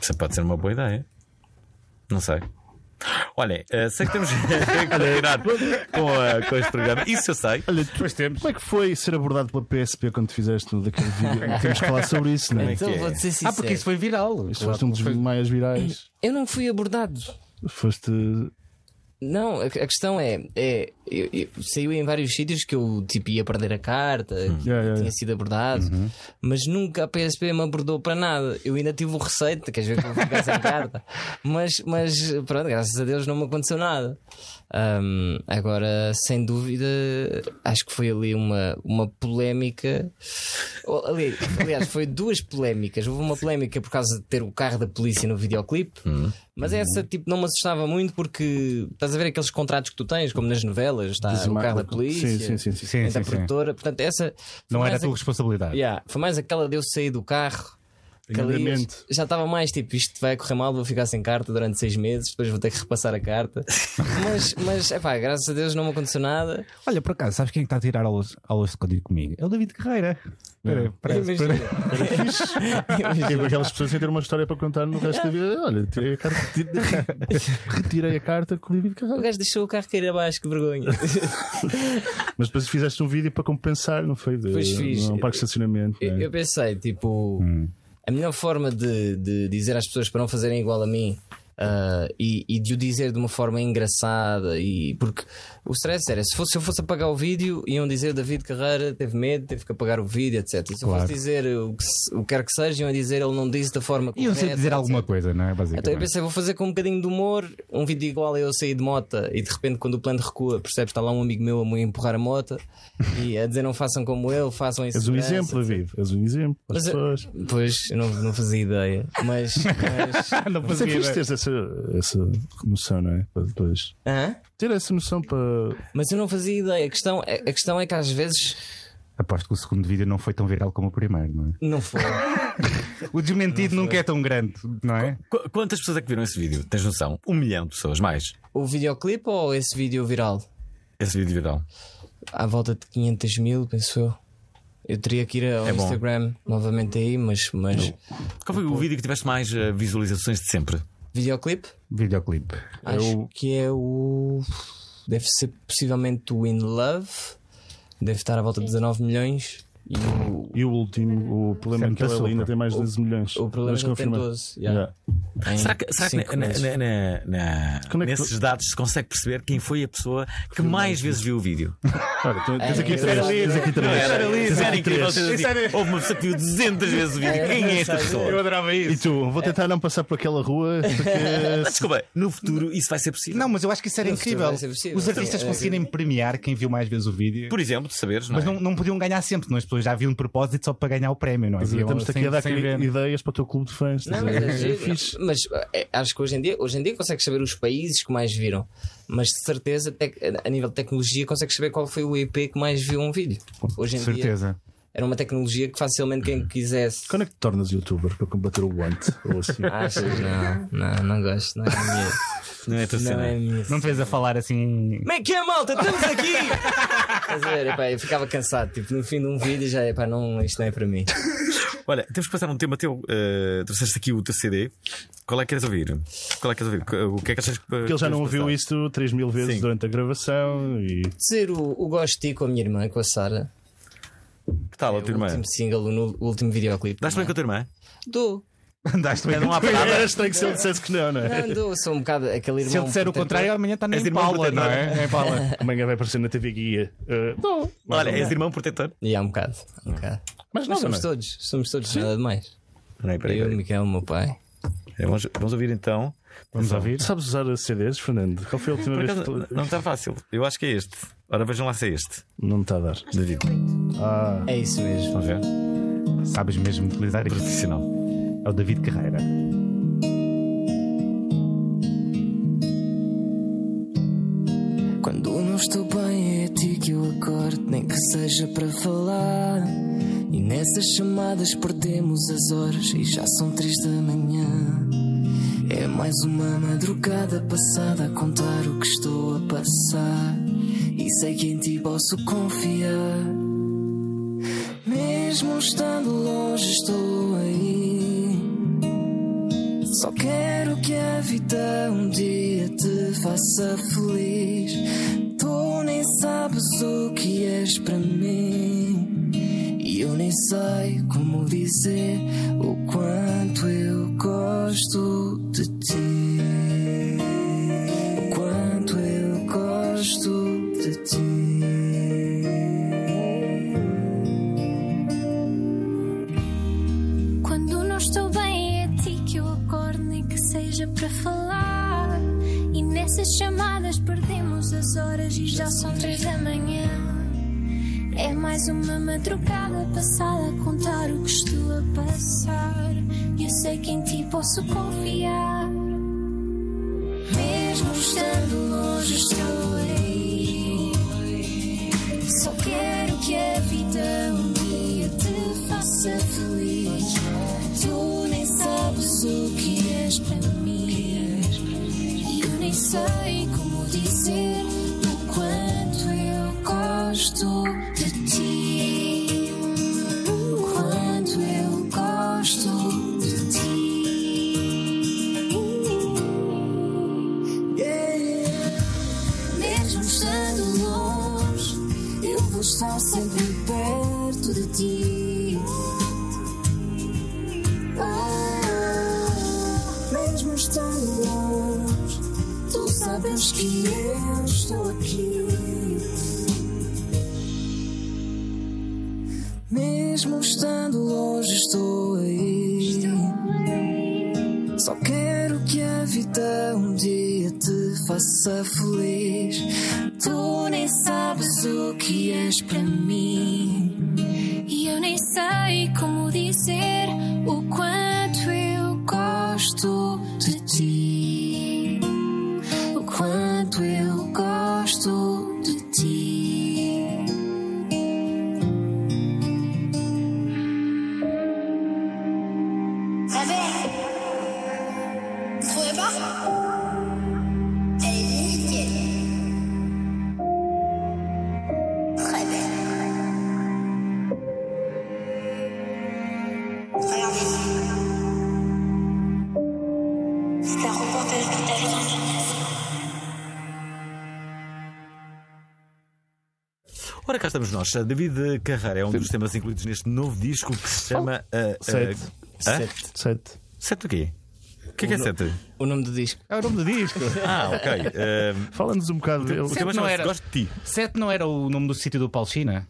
Speaker 1: Isso pode ser uma boa ideia. Não sei. Olha, eh, sei que temos que terminar com, eh, com este programa. Isso eu sei.
Speaker 2: Olha, tu- Como é que foi ser abordado pela PSP quando fizeste no daquele vídeo? Temos que falar sobre isso, não é?
Speaker 1: que
Speaker 4: Então
Speaker 1: é?
Speaker 4: vou-te ser
Speaker 3: Ah,
Speaker 4: sincero.
Speaker 3: porque isso foi viral.
Speaker 2: Isto foste um dos mais virais.
Speaker 4: Eu não fui abordado.
Speaker 2: Foste.
Speaker 4: Não, a, a questão é, é eu- eu- saiu em vários sítios que eu tipo, ia perder a carta,
Speaker 3: Hum.
Speaker 4: que
Speaker 2: Yeah, yeah,
Speaker 4: tinha
Speaker 2: yeah.
Speaker 4: sido abordado,
Speaker 2: Uhum.
Speaker 4: mas nunca a PSP me abordou para nada. Eu ainda tive o receio de queres ver que eu vou ficar sem carta. Mas, mas pronto, graças a Deus não me aconteceu nada. Ahm, agora, sem dúvida, acho que foi ali uma, uma polémica. Oh, ali- aliás, foi duas polémicas. Houve uma polémica por causa de ter o carro da polícia no videoclipe,
Speaker 2: Hum.
Speaker 4: mas essa tipo não me assustava muito porque estás a ver aqueles contratos que tu tens, como nas novelas, está o carro da polícia,
Speaker 2: Sim, sim, sim. sim.
Speaker 3: Sim,
Speaker 4: da
Speaker 3: sim, sim.
Speaker 4: produtora. Portanto, essa foi
Speaker 3: Não era a
Speaker 4: mais
Speaker 3: tua
Speaker 4: a-
Speaker 3: responsabilidade.
Speaker 4: Yeah, foi mais aquela de eu sair do carro. que ali
Speaker 2: Engrenamento.
Speaker 4: já estava mais tipo, isto vai correr mal, vou ficar sem carta durante seis meses, depois vou ter que repassar a carta. mas, mas epá, graças a Deus não me aconteceu nada.
Speaker 3: Olha, por acaso, sabes quem é que está a tirar aulas, aulas de código comigo? É o David Carreira. Espera, parece-
Speaker 4: Imagina.
Speaker 3: espera.
Speaker 2: Tipo, aquelas pessoas sem ter uma história para contar no resto da vida. Olha, tirei a carta, retirei a carta com o David
Speaker 4: O
Speaker 2: Carrasco.
Speaker 4: gajo deixou o carro cair abaixo, que vergonha.
Speaker 2: Mas depois fizeste um vídeo para compensar, não foi? De,
Speaker 4: Pois fiz.
Speaker 2: Um parque de estacionamento.
Speaker 4: Eu,
Speaker 2: né?
Speaker 3: É.
Speaker 4: eu pensei, tipo,
Speaker 3: Hum.
Speaker 4: a melhor forma de, de dizer às pessoas para não fazerem igual a mim ah, e, e de o dizer de uma forma engraçada, e porque o stress era: se, fosse, se eu fosse apagar o vídeo, iam dizer David Carreira teve medo, teve que apagar o vídeo, etc. Se eu
Speaker 3: Claro.
Speaker 4: fosse dizer o que, se- o que quer que seja, iam dizer ele não disse da forma
Speaker 3: E eu sei dizer alguma coisa, não é?
Speaker 4: Então eu
Speaker 3: Basicamente.
Speaker 4: pensei, vou fazer com um bocadinho de humor um vídeo igual a eu sair de mota e de repente, quando o plano recua, percebes está lá um amigo meu a me empurrar a mota e a dizer não façam como eu, façam isso.
Speaker 2: És um exemplo, David. És um exemplo. As
Speaker 4: Mas, eh,
Speaker 2: pessoas.
Speaker 4: Pois, eu não, não fazia ideia. Mas. mas...
Speaker 3: não
Speaker 2: Mas é
Speaker 3: fazia
Speaker 2: fixe
Speaker 3: ideia.
Speaker 2: teres essa, essa noção, não é? Para depois.
Speaker 4: Hã?
Speaker 2: Ter essa noção para.
Speaker 4: Mas eu não fazia ideia. A questão, é- a questão é que às vezes
Speaker 3: Aposto que o segundo vídeo não foi tão viral como o primeiro, não é?
Speaker 4: Não foi.
Speaker 3: O desmentido nunca é tão grande, não é?
Speaker 1: Qu- Quantas pessoas é que viram esse vídeo? Tens noção? Um milhão de pessoas, mais.
Speaker 4: o videoclipe ou esse vídeo viral?
Speaker 1: Esse vídeo viral.
Speaker 4: À volta de 500 mil, penso eu. Eu teria que ir ao
Speaker 1: É bom.
Speaker 4: Instagram novamente aí, mas. mas...
Speaker 1: Qual foi o vídeo que tiveste mais eh, visualizações de sempre?
Speaker 4: Videoclipe?
Speaker 3: Videoclipe.
Speaker 4: Acho que é o. Deve ser possivelmente o In Love. Deve estar à volta de 19 milhões. E o,
Speaker 2: E o último, o problema é
Speaker 3: Sempre
Speaker 2: que ele
Speaker 3: passou,
Speaker 2: ainda
Speaker 3: pá.
Speaker 2: tem mais de 12 milhões.
Speaker 4: o problema
Speaker 2: Vamos
Speaker 4: é que ele tem
Speaker 2: confirmar.
Speaker 4: 12. yeah.
Speaker 2: Yeah.
Speaker 4: Em
Speaker 1: Será que, será que
Speaker 4: cinco
Speaker 1: na-
Speaker 4: meses.
Speaker 1: na- na- na-
Speaker 2: Como é que tu-
Speaker 1: nesses dados se consegue perceber quem foi a pessoa que mais vezes viu o vídeo?
Speaker 2: Olha, tem- tens aqui
Speaker 4: É, é
Speaker 2: três.
Speaker 4: verdade.
Speaker 2: Tens aqui três.
Speaker 1: Isso era incrível. Houve uma pessoa que viu 200 vezes o vídeo. Quem é esta pessoa?
Speaker 3: adorava
Speaker 2: E tu, vou tentar não passar por aquela rua porque.
Speaker 1: Ah, Desculpa, no futuro isso vai ser possível.
Speaker 3: Não, mas eu acho que isso era
Speaker 4: Não,
Speaker 3: incrível.
Speaker 4: vai ser possível.
Speaker 3: Os artistas
Speaker 4: Sim, é
Speaker 3: conseguirem premiar quem viu mais vezes o vídeo.
Speaker 1: Por exemplo, de saberes, não é?
Speaker 3: Mas não, não podiam ganhar sempre, não? as pessoas já haviam de propósito só para ganhar o prémio, não é? Iam
Speaker 2: Estamos aqui
Speaker 3: sem-
Speaker 2: a dar
Speaker 3: sem ver.
Speaker 2: ideias para o teu clube de fãs. estás a
Speaker 4: Não, mas,
Speaker 2: ver?
Speaker 4: é giro.
Speaker 2: fixe.
Speaker 4: Mas, eh, acho que hoje em dia, hoje em dia consegues saber os países que mais viram, mas de certeza, tec- a nível de tecnologia, consegues saber qual foi o IP que mais viu um vídeo. Hoje em dia
Speaker 3: Certeza.
Speaker 4: era uma tecnologia que facilmente quem quisesse.
Speaker 2: Quando é que te tornas youtuber para combater o guante? Ou assim?
Speaker 4: Achas? Não, não, não gosto, não é a minha.
Speaker 1: Não é a tua
Speaker 4: Não é a
Speaker 1: cena.
Speaker 4: minha.
Speaker 3: Não te vês a falar assim.
Speaker 4: Como é que é, malta? Estamos aqui! Estás a ver? Epá, eu ficava cansado, tipo, no fim de um vídeo já, epá, não, isto não é para mim.
Speaker 1: Olha, temos que passar um tema teu. eh, trouxeste aqui o teu CD. Qual é que queres ouvir? Qual é que queres ouvir? Co- O que é que achas que.
Speaker 2: Porque ele já não ouviu
Speaker 1: passar?
Speaker 2: isto 3 mil vezes
Speaker 1: Sim.
Speaker 2: durante a gravação e.
Speaker 4: Dizer o, o gosto de ti com a minha irmã, com a Sara,
Speaker 1: Que
Speaker 2: É
Speaker 1: tal, a
Speaker 4: o
Speaker 1: tua irmã?
Speaker 4: último single, no o último videoclipe.
Speaker 1: Dás bem com a tua irmã?
Speaker 4: Dou.
Speaker 3: Andaste bem.
Speaker 2: Era estranho Ah, que se ele dissesse que não, não é?
Speaker 4: Não, dou, sou um bocado aquele irmão.
Speaker 3: Se ele disser o
Speaker 4: protetor.
Speaker 3: contrário, amanhã está na
Speaker 1: És irmão
Speaker 3: Impala, não
Speaker 1: protetor.
Speaker 3: é? Em Impala.
Speaker 2: Amanhã vai aparecer na TV Guia. Uh,
Speaker 1: Olha, és irmão protetor.
Speaker 4: E há um bocado. Um bocado.
Speaker 2: mas não, é?
Speaker 4: Mas somos
Speaker 2: mas
Speaker 4: todos, somos todos, nada demais.
Speaker 2: é
Speaker 1: Peraí, peraí,
Speaker 4: Eu,
Speaker 1: peraí.
Speaker 4: Miquel, meu pai.
Speaker 1: Vamos, É vamos ouvir então.
Speaker 3: Vamos ouvir?
Speaker 2: Sabes usar CDs, Fernando? Qual foi a última
Speaker 1: Por
Speaker 2: vez
Speaker 1: acaso,
Speaker 2: que tu...
Speaker 1: não está fácil. Eu acho que é este. Ora, vejam lá se é este.
Speaker 2: Não me está a dar.
Speaker 1: David,
Speaker 2: Ah,
Speaker 4: É isso mesmo.
Speaker 1: vão ver?
Speaker 3: Sabes mesmo utilizar isto.
Speaker 1: Profissional.
Speaker 3: É o David Carreira.
Speaker 4: Quando não estou bem, é a ti que eu acordo, nem que seja para falar. E nessas chamadas perdemos as horas e já são três da manhã. É mais uma madrugada passada a contar o que estou a passar. E sei que em ti posso confiar. Mesmo estando longe, estou aí. Só quero que a vida um dia te faça feliz. Tu nem sabes o que és para mim. E eu nem sei como dizer o quanto eu gosto de ti. O quanto eu gosto de ti.
Speaker 8: Quando não estou bem, é a ti que eu acordo, nem que seja para falar. E nessas chamadas perdemos as horas e já são três da manhã. É mais uma madrugada passada a contar o que estou a passar. Eu sei que em ti posso confiar. Mesmo estando longe, estou aí. Só quero que a vida um dia te faça feliz. Tu nem sabes o que és para mim. E eu nem sei como dizer o quanto eu gosto de ti. O quanto eu gosto de ti. Yeah. Mesmo estando longe, eu vou estar sempre perto de ti. Ah, mesmo estando longe, tu sabes que eu estou aqui.
Speaker 4: Mesmo estando longe, estou aí. Só quero que a vida um dia te faça feliz.
Speaker 8: Tu nem sabes o que és para mim. E eu nem sei como dizer o quanto eu gosto de ti. O quanto eu gosto de ti.
Speaker 1: Ora, cá estamos nós. David Carrara é um dos temas incluídos neste novo disco que se chama. ah, ah,
Speaker 2: Sete.
Speaker 1: hã?
Speaker 4: Sete.
Speaker 2: Sete. Um
Speaker 1: Sete o quê? O que é que é sete?
Speaker 4: O nome do disco.
Speaker 3: É o nome do disco.
Speaker 1: Ah, ok. Ah,
Speaker 2: Fala-nos um bocado dele.
Speaker 1: o tema
Speaker 3: Então, não
Speaker 1: chama-se
Speaker 3: era.
Speaker 1: é Gosto de ti.
Speaker 3: Sete não era o nome do sítio do Paulo China?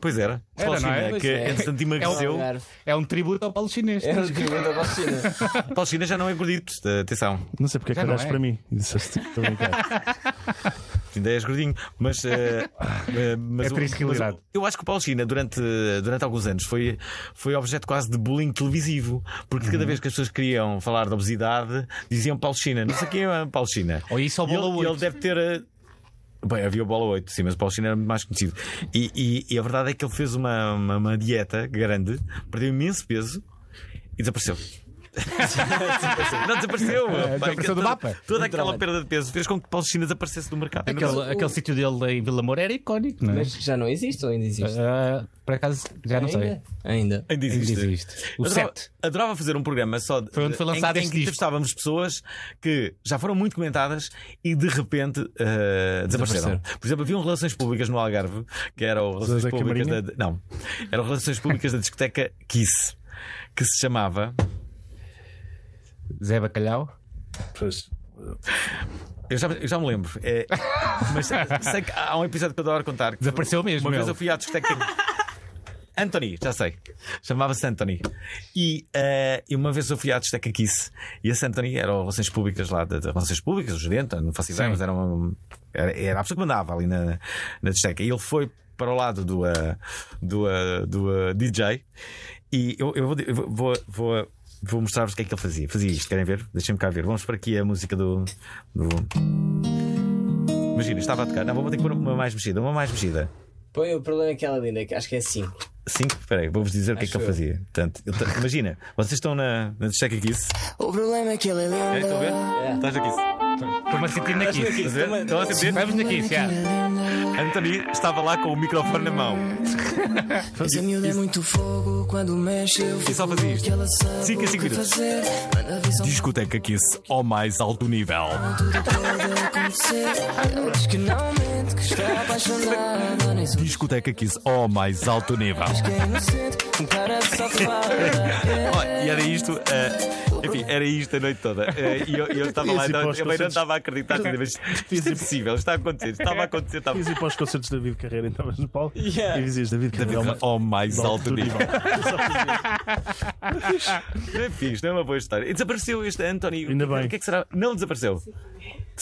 Speaker 1: Pois era.
Speaker 3: Era,
Speaker 1: Paulo
Speaker 3: não é?
Speaker 1: China,
Speaker 3: Pois
Speaker 1: que
Speaker 4: é.
Speaker 1: entretanto
Speaker 4: É
Speaker 1: emagreceu.
Speaker 4: um Algarve.
Speaker 3: É um tributo ao Paulo Chinês.
Speaker 4: É um tributo ao Paulo China.
Speaker 1: Paulo China já não é gordito. Atenção.
Speaker 2: Não sei porque é que
Speaker 3: Já não
Speaker 2: olhaste
Speaker 3: é.
Speaker 2: para mim e disseste que estou a brincar.
Speaker 1: Ainda és gordinho, mas, eh, eh, mas
Speaker 3: É
Speaker 1: o-
Speaker 3: triste
Speaker 1: mas
Speaker 3: realidade.
Speaker 1: o- eu acho que o Paulo China, durante, durante alguns anos, foi, foi objeto quase de bullying televisivo, porque
Speaker 3: Uhum.
Speaker 1: cada vez que as pessoas queriam falar de obesidade, diziam Paulo China, não sei quem é Paulo China.
Speaker 3: Ou isso ou
Speaker 1: E ele-
Speaker 3: Bola
Speaker 1: e ele,
Speaker 3: oito.
Speaker 1: deve ter. eh, Bem, havia o Bola 8, sim, mas o Paulo China era muito mais conhecido. E, e- e a verdade é que ele fez uma, uma, uma dieta grande, perdeu imenso peso e desapareceu. não desapareceu.
Speaker 3: É, desapareceu do
Speaker 1: Toda-
Speaker 3: mapa. É
Speaker 1: Toda aquela perda de peso fez com que Paulo China desaparecesse do mercado.
Speaker 3: Aquele, aquele sítio dele em Vila Moura era icónico, não é?
Speaker 4: Mas já não existe ou ainda existe?
Speaker 3: Ah, por acaso, já não sei.
Speaker 4: Ainda? Ainda.
Speaker 1: Ainda
Speaker 3: Ainda
Speaker 1: existe.
Speaker 3: existe. O
Speaker 1: adorava,
Speaker 3: 7.
Speaker 1: adorava fazer um programa só de,
Speaker 3: Foi onde foi
Speaker 1: em-
Speaker 3: lançado
Speaker 1: em,
Speaker 3: este
Speaker 1: que
Speaker 3: disco.
Speaker 1: entrevistávamos pessoas que já foram muito comentadas e de repente eh, desapareceram. Por exemplo, haviam relações públicas no Algarve, que era o relações
Speaker 2: Zé
Speaker 1: públicas da,
Speaker 2: Camarinha?
Speaker 1: não, eram relações públicas da discoteca Kiss, que se chamava
Speaker 3: Zé Bacalhau.
Speaker 2: Pois.
Speaker 1: Eu já, eu já me lembro. É, mas sei que há um episódio que eu adoro contar. que
Speaker 3: Desapareceu mesmo,
Speaker 1: Uma vez
Speaker 3: ele.
Speaker 1: eu fui à discoteca. Anthony, já sei. Chamava-se Anthony. E, eh, e uma vez eu fui à discoteca Kiss. E esse Anthony era o Relações Públicas lá, de, de Relações Públicas, o gerente, não faço ideia,
Speaker 3: Sim.
Speaker 1: mas era, uma, era, era a pessoa que mandava ali na, na discoteca. E ele foi para o lado do, eh, do, eh, do eh, DJ. E eu, eu vou, eu vou- vou, vou, vou mostrar-vos o que é que ele fazia. Fazia isto, querem ver? Deixem-me cá ver. Vamos para aqui a música do- do... Imagina, estava a tocar. Não, vou ter que pôr uma mais mexida, uma mais mexida.
Speaker 4: Põe o problema é que ela linda, que acho que é 5.
Speaker 1: Cinco, peraí, vou-vos dizer o que é que
Speaker 4: Acho
Speaker 1: ele
Speaker 4: eu.
Speaker 1: fazia. Portanto, ele ta- imagina, vocês estão na, na discoteca Kiss.
Speaker 4: O problema é que ela é
Speaker 1: É, estão a ver? Estás aqui.
Speaker 3: Estou-me a sentir naqui.
Speaker 1: Estás a ver? Estão a sentir?
Speaker 3: Vamos naqui, já.
Speaker 1: Anthony estava lá com o microfone na mão.
Speaker 9: Mas a miúda é muito fogo quando mexe. Eu
Speaker 1: E só fazia isto.
Speaker 9: ela sabe
Speaker 1: Cinco a cinco minutos.
Speaker 9: fazer. Manda ver se
Speaker 1: Discoteca Kiss ao mais alto nível.
Speaker 9: pode acontecer. Ela diz que não mente, que está apaixonada. Nem sou
Speaker 1: Discoteca Kiss ao mais alto nível.
Speaker 9: que é inocente. Um cara de sofá.
Speaker 1: Ó, e era isto, eh, enfim, era isto a noite toda. Eh, e eu, eu estava lá,
Speaker 2: Ias ir
Speaker 1: então,
Speaker 2: para
Speaker 1: eu também
Speaker 2: os
Speaker 1: não
Speaker 2: concertos.
Speaker 1: estava a acreditar, quer dizer, mas isto é possível, isto está a acontecer, isto estava a acontecer, estava
Speaker 2: Ias ir para os concertos de David Carreira, então, estavas no palco e dizias David Carreira. é uma-
Speaker 1: Ao mais
Speaker 2: do
Speaker 1: alto
Speaker 2: alto
Speaker 1: nível. Não é fixe, não é uma boa história. E desapareceu este Anthony.
Speaker 2: Ainda
Speaker 1: O que-
Speaker 2: bem.
Speaker 1: O que é que será? Não desapareceu. Tu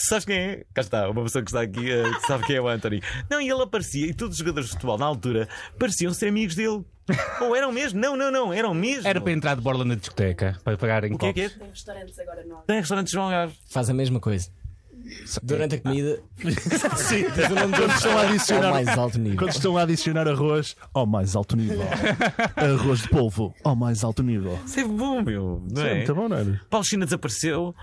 Speaker 1: sabes quem é? Cá está, uma pessoa que está aqui eh, que sabe quem é o Anthony. Não, e ele aparecia, e todos os jogadores de futebol na altura pareciam ser amigos dele. Ou eram mesmo? Não, não, não, eram mesmo.
Speaker 3: Era para entrar de borla na discoteca, para pagar em
Speaker 1: O que é que é?
Speaker 3: copos.
Speaker 6: Tem restaurantes agora novos.
Speaker 1: Tem restaurantes João Algarve.
Speaker 4: Faz a mesma coisa. Durante a comida,
Speaker 2: Sim, quando estão a
Speaker 4: é o
Speaker 2: adicionar.
Speaker 4: mais alto nível.
Speaker 2: Quando estão a adicionar arroz, ao mais alto nível. Arroz de polvo, ao mais alto nível.
Speaker 1: Isso é bom, meu. Não é?
Speaker 2: Muito Tá bom, não era?
Speaker 1: Paulo China desapareceu.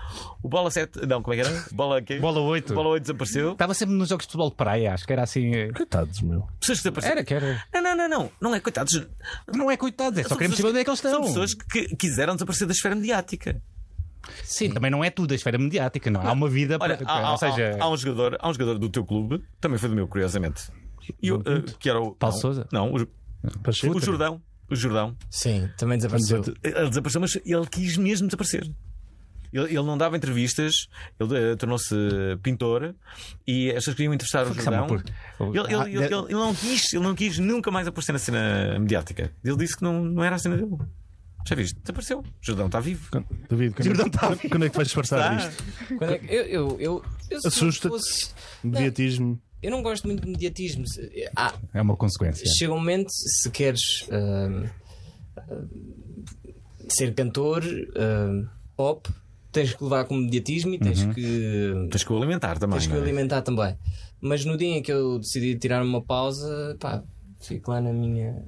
Speaker 1: O Bola 7. Não, como é que era? Bola quê?
Speaker 3: Bola oito. Tá.
Speaker 1: Bola 8 desapareceu.
Speaker 3: Estava sempre nos jogos de futebol de praia, acho que era assim. eh,
Speaker 2: Coitados, meu.
Speaker 1: Pessoas que desapareceram.
Speaker 3: Era que era.
Speaker 1: Não, não, não, não. Não é coitados.
Speaker 3: Não é coitado, é só
Speaker 1: São
Speaker 3: queremos saber
Speaker 1: pessoas
Speaker 3: onde é que eles
Speaker 1: São
Speaker 3: estão.
Speaker 1: pessoas que quiseram desaparecer da esfera mediática.
Speaker 3: Sim, também não é tudo a esfera mediática, não. Há uma vida
Speaker 1: Olha,
Speaker 3: para.
Speaker 1: há, há-
Speaker 3: ou seja,
Speaker 1: há- há um jogador, há um jogador do teu clube, também foi do meu, curiosamente. E eu, eh, que era o.
Speaker 3: Paulo
Speaker 1: não,
Speaker 3: Sousa? né?
Speaker 1: Não, o, o Jordão. O Jordão.
Speaker 4: Sim, também desapareceu.
Speaker 1: Ele desapareceu, mas ele quis mesmo desaparecer. Ele, ele não dava entrevistas, ele eh, tornou-se pintor e as pessoas queriam entrevistar o
Speaker 3: sabe,
Speaker 1: Jordão.
Speaker 3: por-
Speaker 1: Ele, ele-
Speaker 3: Ah,
Speaker 1: ele- ele- ele não quis, ele não quis nunca mais aparecer na cena mediática. Ele disse que não, não era a cena dele. Já viste? Desapareceu. O Jordão está vivo.
Speaker 2: David, quando, é,
Speaker 4: tá
Speaker 2: que- quando é que vais disfarçar
Speaker 1: Está.
Speaker 2: isto?
Speaker 4: Quando é que- eu, eu, eu, eu, se
Speaker 2: Assusta-te.
Speaker 4: fosse-
Speaker 2: Mediatismo.
Speaker 4: eu não gosto muito de mediatismo. Se- Ah,
Speaker 3: É uma consequência.
Speaker 4: chega um momento, se queres ahm, ahm, ser cantor ahm, pop, tens que levar com mediatismo e
Speaker 2: Uhum.
Speaker 4: tens que.
Speaker 1: Tens que o alimentar também.
Speaker 4: Tens que
Speaker 1: não
Speaker 4: o
Speaker 1: é?
Speaker 4: alimentar também. Mas no dia em que eu decidi tirar uma pausa, pá, fico lá na minha.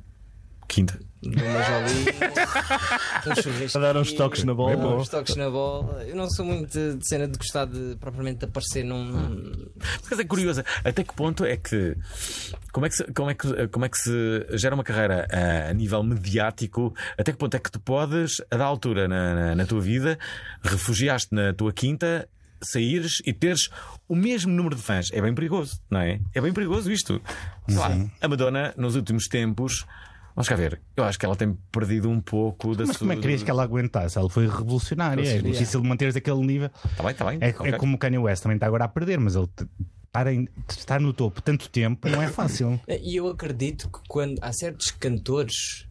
Speaker 1: Quinta.
Speaker 4: numa jolinha. um churrasco.
Speaker 2: A dar uns toques na
Speaker 3: É
Speaker 2: bola.
Speaker 4: Dá uns toques na bola. Eu não sou muito de, de cena de gostar de propriamente de aparecer
Speaker 2: Hum.
Speaker 4: num.
Speaker 1: Mas é curiosa, até que ponto é que como é que se, como é que, como é que se gera uma carreira ah, a nível mediático? Até que ponto é que tu podes, a da altura na, na- na tua vida, refugiaste na tua quinta saíres e teres o mesmo número de fãs. É bem perigoso, não é? É bem perigoso isto. Sei lá, a Madonna, nos últimos tempos, vamos cá ver, eu acho que ela tem perdido um pouco da
Speaker 3: Mas
Speaker 1: sua.
Speaker 3: como é que querias que ela aguentasse? Ela foi revolucionária. É difícil manteres aquele nível.
Speaker 1: Tá bem, tá bem.
Speaker 3: É,
Speaker 1: Ok.
Speaker 3: é como o Kanye West também está agora a perder, mas ele te- estar, em- estar no topo tanto tempo não é fácil.
Speaker 4: Eh, E eu acredito que quando há certos cantores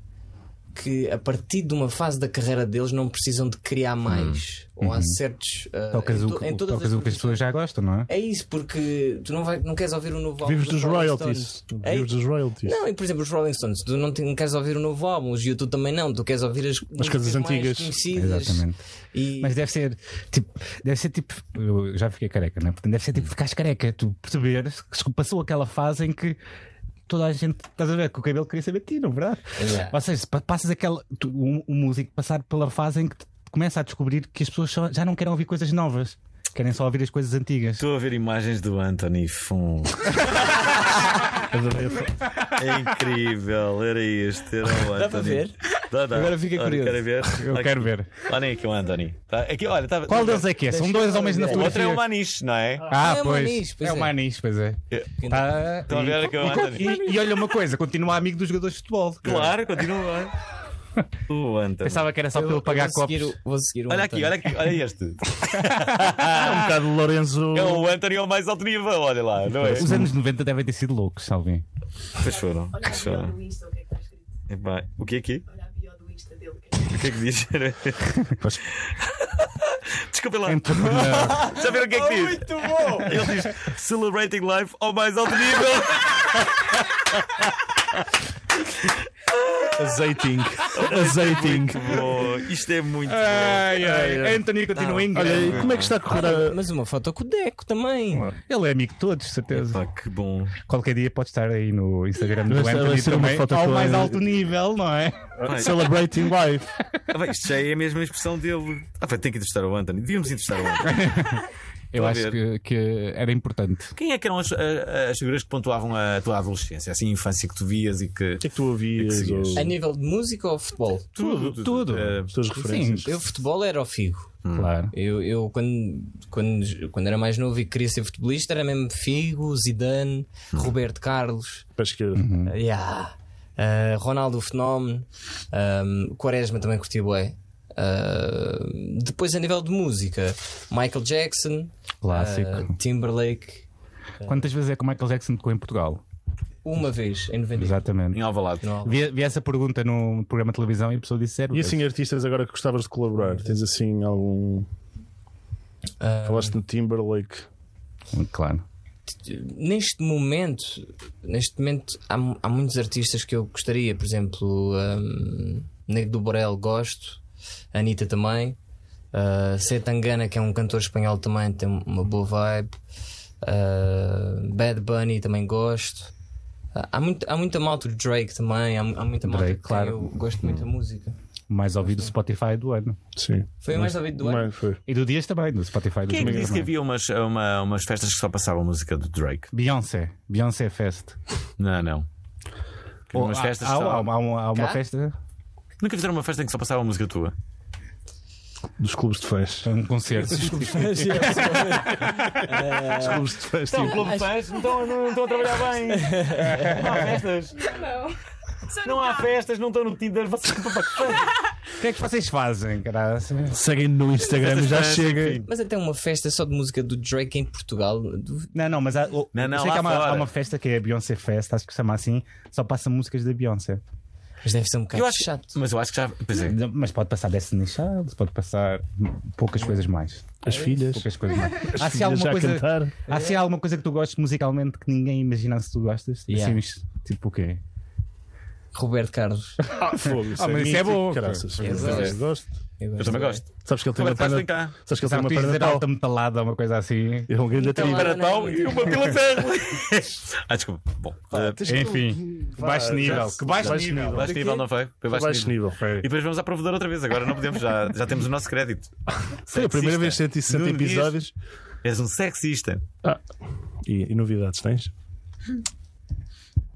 Speaker 4: que a partir de uma fase da carreira deles não precisam de criar mais. Ou há certos. ah,
Speaker 3: Tocas
Speaker 4: em
Speaker 3: É o,
Speaker 4: to- em
Speaker 3: que-
Speaker 4: todas
Speaker 3: tocas
Speaker 4: as
Speaker 3: o que as pessoas já gostam, não é?
Speaker 4: É isso, porque tu não, vai, não queres ouvir o novo álbum.
Speaker 2: Vives dos
Speaker 4: Rolling
Speaker 2: royalties.
Speaker 4: Stones.
Speaker 2: Tu
Speaker 4: É
Speaker 2: Vives dos royalties.
Speaker 4: Não, e por exemplo, os Rolling Stones, tu não, te- não queres ouvir o novo álbum, os YouTube também não, tu queres ouvir as, músicas
Speaker 2: coisas
Speaker 4: mais
Speaker 2: antigas.
Speaker 4: conhecidas.
Speaker 3: Exatamente.
Speaker 4: E
Speaker 3: Mas deve ser tipo, deve ser tipo, eu já fiquei careca, não é? Portanto, deve ser tipo ficares careca, tu perceberes que passou aquela fase em que toda a gente, estás a ver, que o cabelo queria saber de ti, não é verdade?
Speaker 4: Yeah.
Speaker 3: Ou seja, se pa- passas aquela, tu, o, o músico passar pela fase em que te- começa a descobrir que as pessoas só- já não querem ouvir coisas novas, querem só ouvir as coisas antigas.
Speaker 1: Estou a ver imagens do Anthony Fun. é incrível, era isto. Era o Anthony.
Speaker 4: Dá para ver?
Speaker 1: Dá, dá.
Speaker 3: Agora fiquei
Speaker 1: Olha,
Speaker 3: curioso.
Speaker 1: Quero ver.
Speaker 3: Eu
Speaker 1: Olha
Speaker 3: quero
Speaker 1: aqui.
Speaker 3: ver.
Speaker 1: Olhem aqui o Anthony. Tá, Aqui, olha, tá-
Speaker 3: Qual deles é que é? São dois homens na
Speaker 1: O outro é o
Speaker 3: fotografia.
Speaker 1: Maniche, não é?
Speaker 3: Ah,
Speaker 4: Ah, é o
Speaker 3: pois.
Speaker 4: Maniche, pois
Speaker 3: é o
Speaker 4: é.
Speaker 3: Maniche, pois é.
Speaker 1: É.
Speaker 3: Tá-
Speaker 1: Estão a ver aqui o Anthony.
Speaker 3: E, e olha uma coisa, continua amigo dos jogadores de futebol.
Speaker 1: Claro, continua. O Anthony.
Speaker 3: Pensava que era só
Speaker 4: eu-
Speaker 3: para ele
Speaker 4: eu
Speaker 3: pagar
Speaker 4: vou seguir
Speaker 3: copos.
Speaker 4: o- vou seguir o
Speaker 1: Olha aqui,
Speaker 4: António.
Speaker 1: olha aqui, olha este.
Speaker 2: É um bocado Lorenzo.
Speaker 1: É o Anthony ao mais alto nível, olha lá, não é?
Speaker 3: Os anos 90 devem ter sido loucos, Salvin.
Speaker 1: Pois foram.
Speaker 6: Olha
Speaker 1: Pois
Speaker 6: a bio
Speaker 1: foram.
Speaker 6: do Insta, o que é que está escrito?
Speaker 1: Epá, O que é que?
Speaker 6: Olha a bio do Insta dele.
Speaker 1: é? O que é que diz? Desculpa lá.
Speaker 3: Entrou na-
Speaker 1: Já viram o que é que diz? Muito bom! Ele diz Celebrating Life ao mais alto nível.
Speaker 2: Azeiting. Azeiting.
Speaker 1: Bom, isto é muito bom.
Speaker 3: Ai, ai, Anthony continua em
Speaker 2: Olha, e como é que está a correr a.
Speaker 4: Mas uma foto com o Deco também.
Speaker 3: Ele é amigo de todos, de certeza.
Speaker 1: Pá, que bom.
Speaker 3: Qualquer dia pode estar aí no Instagram do
Speaker 2: Vai ser- vai
Speaker 3: Anthony
Speaker 2: ser uma
Speaker 3: também.
Speaker 2: foto
Speaker 3: Ao
Speaker 2: com a-
Speaker 3: mais alto nível, não é?
Speaker 1: Pá,
Speaker 2: Celebrating life.
Speaker 1: ah, bem, isto já é a mesma expressão dele. Ah, pá, tem que entrevistar o Anthony. Devíamos entrevistar o Anthony.
Speaker 3: Eu
Speaker 1: a
Speaker 3: acho que, que era importante.
Speaker 1: Quem é que eram as, a- as figuras que pontuavam a tua adolescência? Assim, a infância que tu vias e que.
Speaker 2: O que é que tu ouvias?
Speaker 1: É que seguias.
Speaker 4: A
Speaker 2: ou-
Speaker 4: nível de música ou futebol?
Speaker 1: Tudo,
Speaker 3: tudo.
Speaker 1: Eh,
Speaker 2: As tuas referências.
Speaker 4: Eu futebol era o Figo.
Speaker 3: Claro.
Speaker 4: Eu, eu quando, quando, quando era mais novo e queria ser futebolista era mesmo Figo, Zidane, Roberto Carlos,
Speaker 2: Para a esquerda.
Speaker 4: ah, yeah, ah, Ronaldo o Fenómeno, ahm, Quaresma também curti bué. Ah, depois a nível de música, Michael Jackson,
Speaker 3: Clássico.
Speaker 4: ah, Timberlake,
Speaker 3: Quantas vezes é que o Michael Jackson tocou em Portugal?
Speaker 4: uma vez em 90.
Speaker 1: Em
Speaker 3: Exatamente.
Speaker 1: Alvalade.
Speaker 4: Não.
Speaker 3: Vi, vi essa pergunta num programa de televisão e a pessoa disse sério.
Speaker 2: E assim, artistas agora que gostavas de colaborar? Tens assim algum.
Speaker 4: Ah,
Speaker 2: Falaste no Timberlake.
Speaker 3: Claro.
Speaker 4: neste momento, neste momento há, mu- há muitos artistas que eu gostaria, por exemplo, um, Nego do Borel gosto, Anitta também, uh, Setangana, que é um cantor espanhol também, tem uma boa vibe, uh, Bad Bunny também gosto. Ah, Há, muito, há muita malta do Drake também, há, mu- há muita malta
Speaker 3: Drake,
Speaker 4: que tem,
Speaker 3: claro.
Speaker 4: eu gosto muito da música.
Speaker 3: O Mais ouvido do Spotify do ano.
Speaker 2: Sim.
Speaker 4: Foi o mais ouvido do ano.
Speaker 2: Mas foi.
Speaker 3: E do Dias também, do Spotify do
Speaker 1: Quem é que
Speaker 3: Domingos
Speaker 1: disse que
Speaker 3: também.
Speaker 1: havia umas, uma- umas festas que só passavam música do Drake?
Speaker 3: Beyoncé. Beyoncé Fest.
Speaker 1: Não, não. Que
Speaker 3: Ou
Speaker 1: umas
Speaker 3: há-
Speaker 1: festas
Speaker 3: há,
Speaker 1: que só-
Speaker 3: há uma- há uma- há uma
Speaker 4: Cá?
Speaker 3: festa,
Speaker 1: Nunca fizeram uma festa em que só passava música tua?
Speaker 2: Dos clubes de fãs.
Speaker 3: um concerto.
Speaker 2: Dos clubes de fãs.
Speaker 1: Estão clube de fãs, não estão, não estão a trabalhar bem. Não há festas.
Speaker 7: Não.
Speaker 1: Não há festas, não estão no Tinder. Vocês que para que fãs.
Speaker 3: O que é que vocês fazem, caralho?
Speaker 2: Seguem no Instagram já chega.
Speaker 4: Mas até uma festa só de música do Drake em Portugal. duvido.
Speaker 3: Não, não, mas há, o-
Speaker 1: Não, não,
Speaker 3: eu sei
Speaker 1: lá
Speaker 3: que há uma,
Speaker 1: fora.
Speaker 3: há uma festa que é a Beyoncé Fest, acho que se chama assim, só passa músicas da Beyoncé.
Speaker 4: Mas deve ser um bocado
Speaker 1: Eu acho,
Speaker 4: chato.
Speaker 1: mas eu acho que já. Pois é.
Speaker 3: Mas pode passar Destiny's Child, pode passar poucas coisas mais.
Speaker 2: As filhas.
Speaker 3: Poucas coisas mais. Há
Speaker 2: filhas
Speaker 3: se
Speaker 2: já
Speaker 3: alguma
Speaker 2: a
Speaker 3: coisa,
Speaker 2: cantar.
Speaker 3: há se alguma coisa que tu gostes musicalmente que ninguém imagina se tu gostas?
Speaker 4: Yeah.
Speaker 3: Assim, isto- tipo o quê?
Speaker 4: Roberto Carlos.
Speaker 2: Fogo,
Speaker 3: Ah, mas isso é
Speaker 2: mítico,
Speaker 3: bom.
Speaker 2: caraças.
Speaker 4: Eu
Speaker 2: Mas gosto.
Speaker 1: Eu também gosto.
Speaker 2: Sabes que ele tem
Speaker 1: Também
Speaker 2: uma
Speaker 1: estás bem
Speaker 2: perna.
Speaker 1: cá.
Speaker 2: Sabes que ele tem
Speaker 3: Não,
Speaker 2: uma
Speaker 3: tu ias
Speaker 2: perna
Speaker 3: dizer
Speaker 2: de pau.
Speaker 3: alta metalada, uma coisa assim.
Speaker 2: É um grande
Speaker 4: Então,
Speaker 2: atriz.
Speaker 4: olha,
Speaker 1: Baratão
Speaker 4: não,
Speaker 1: e uma pila ferro. Ah, desculpa. Bom, eh,
Speaker 3: Enfim, que baixo
Speaker 2: já
Speaker 3: nível.
Speaker 2: se-
Speaker 3: Que baixo
Speaker 2: baixo
Speaker 3: nível.
Speaker 2: nível.
Speaker 1: baixo nível não foi? Foi baixo,
Speaker 2: Baixo nível.
Speaker 1: E depois vamos à provedora outra vez. Agora não podemos, já, já temos o nosso crédito. É
Speaker 2: Foi a primeira vez 160
Speaker 1: Nuno Dias.
Speaker 2: episódios.
Speaker 1: És um sexista.
Speaker 2: Ah, e, e novidades tens?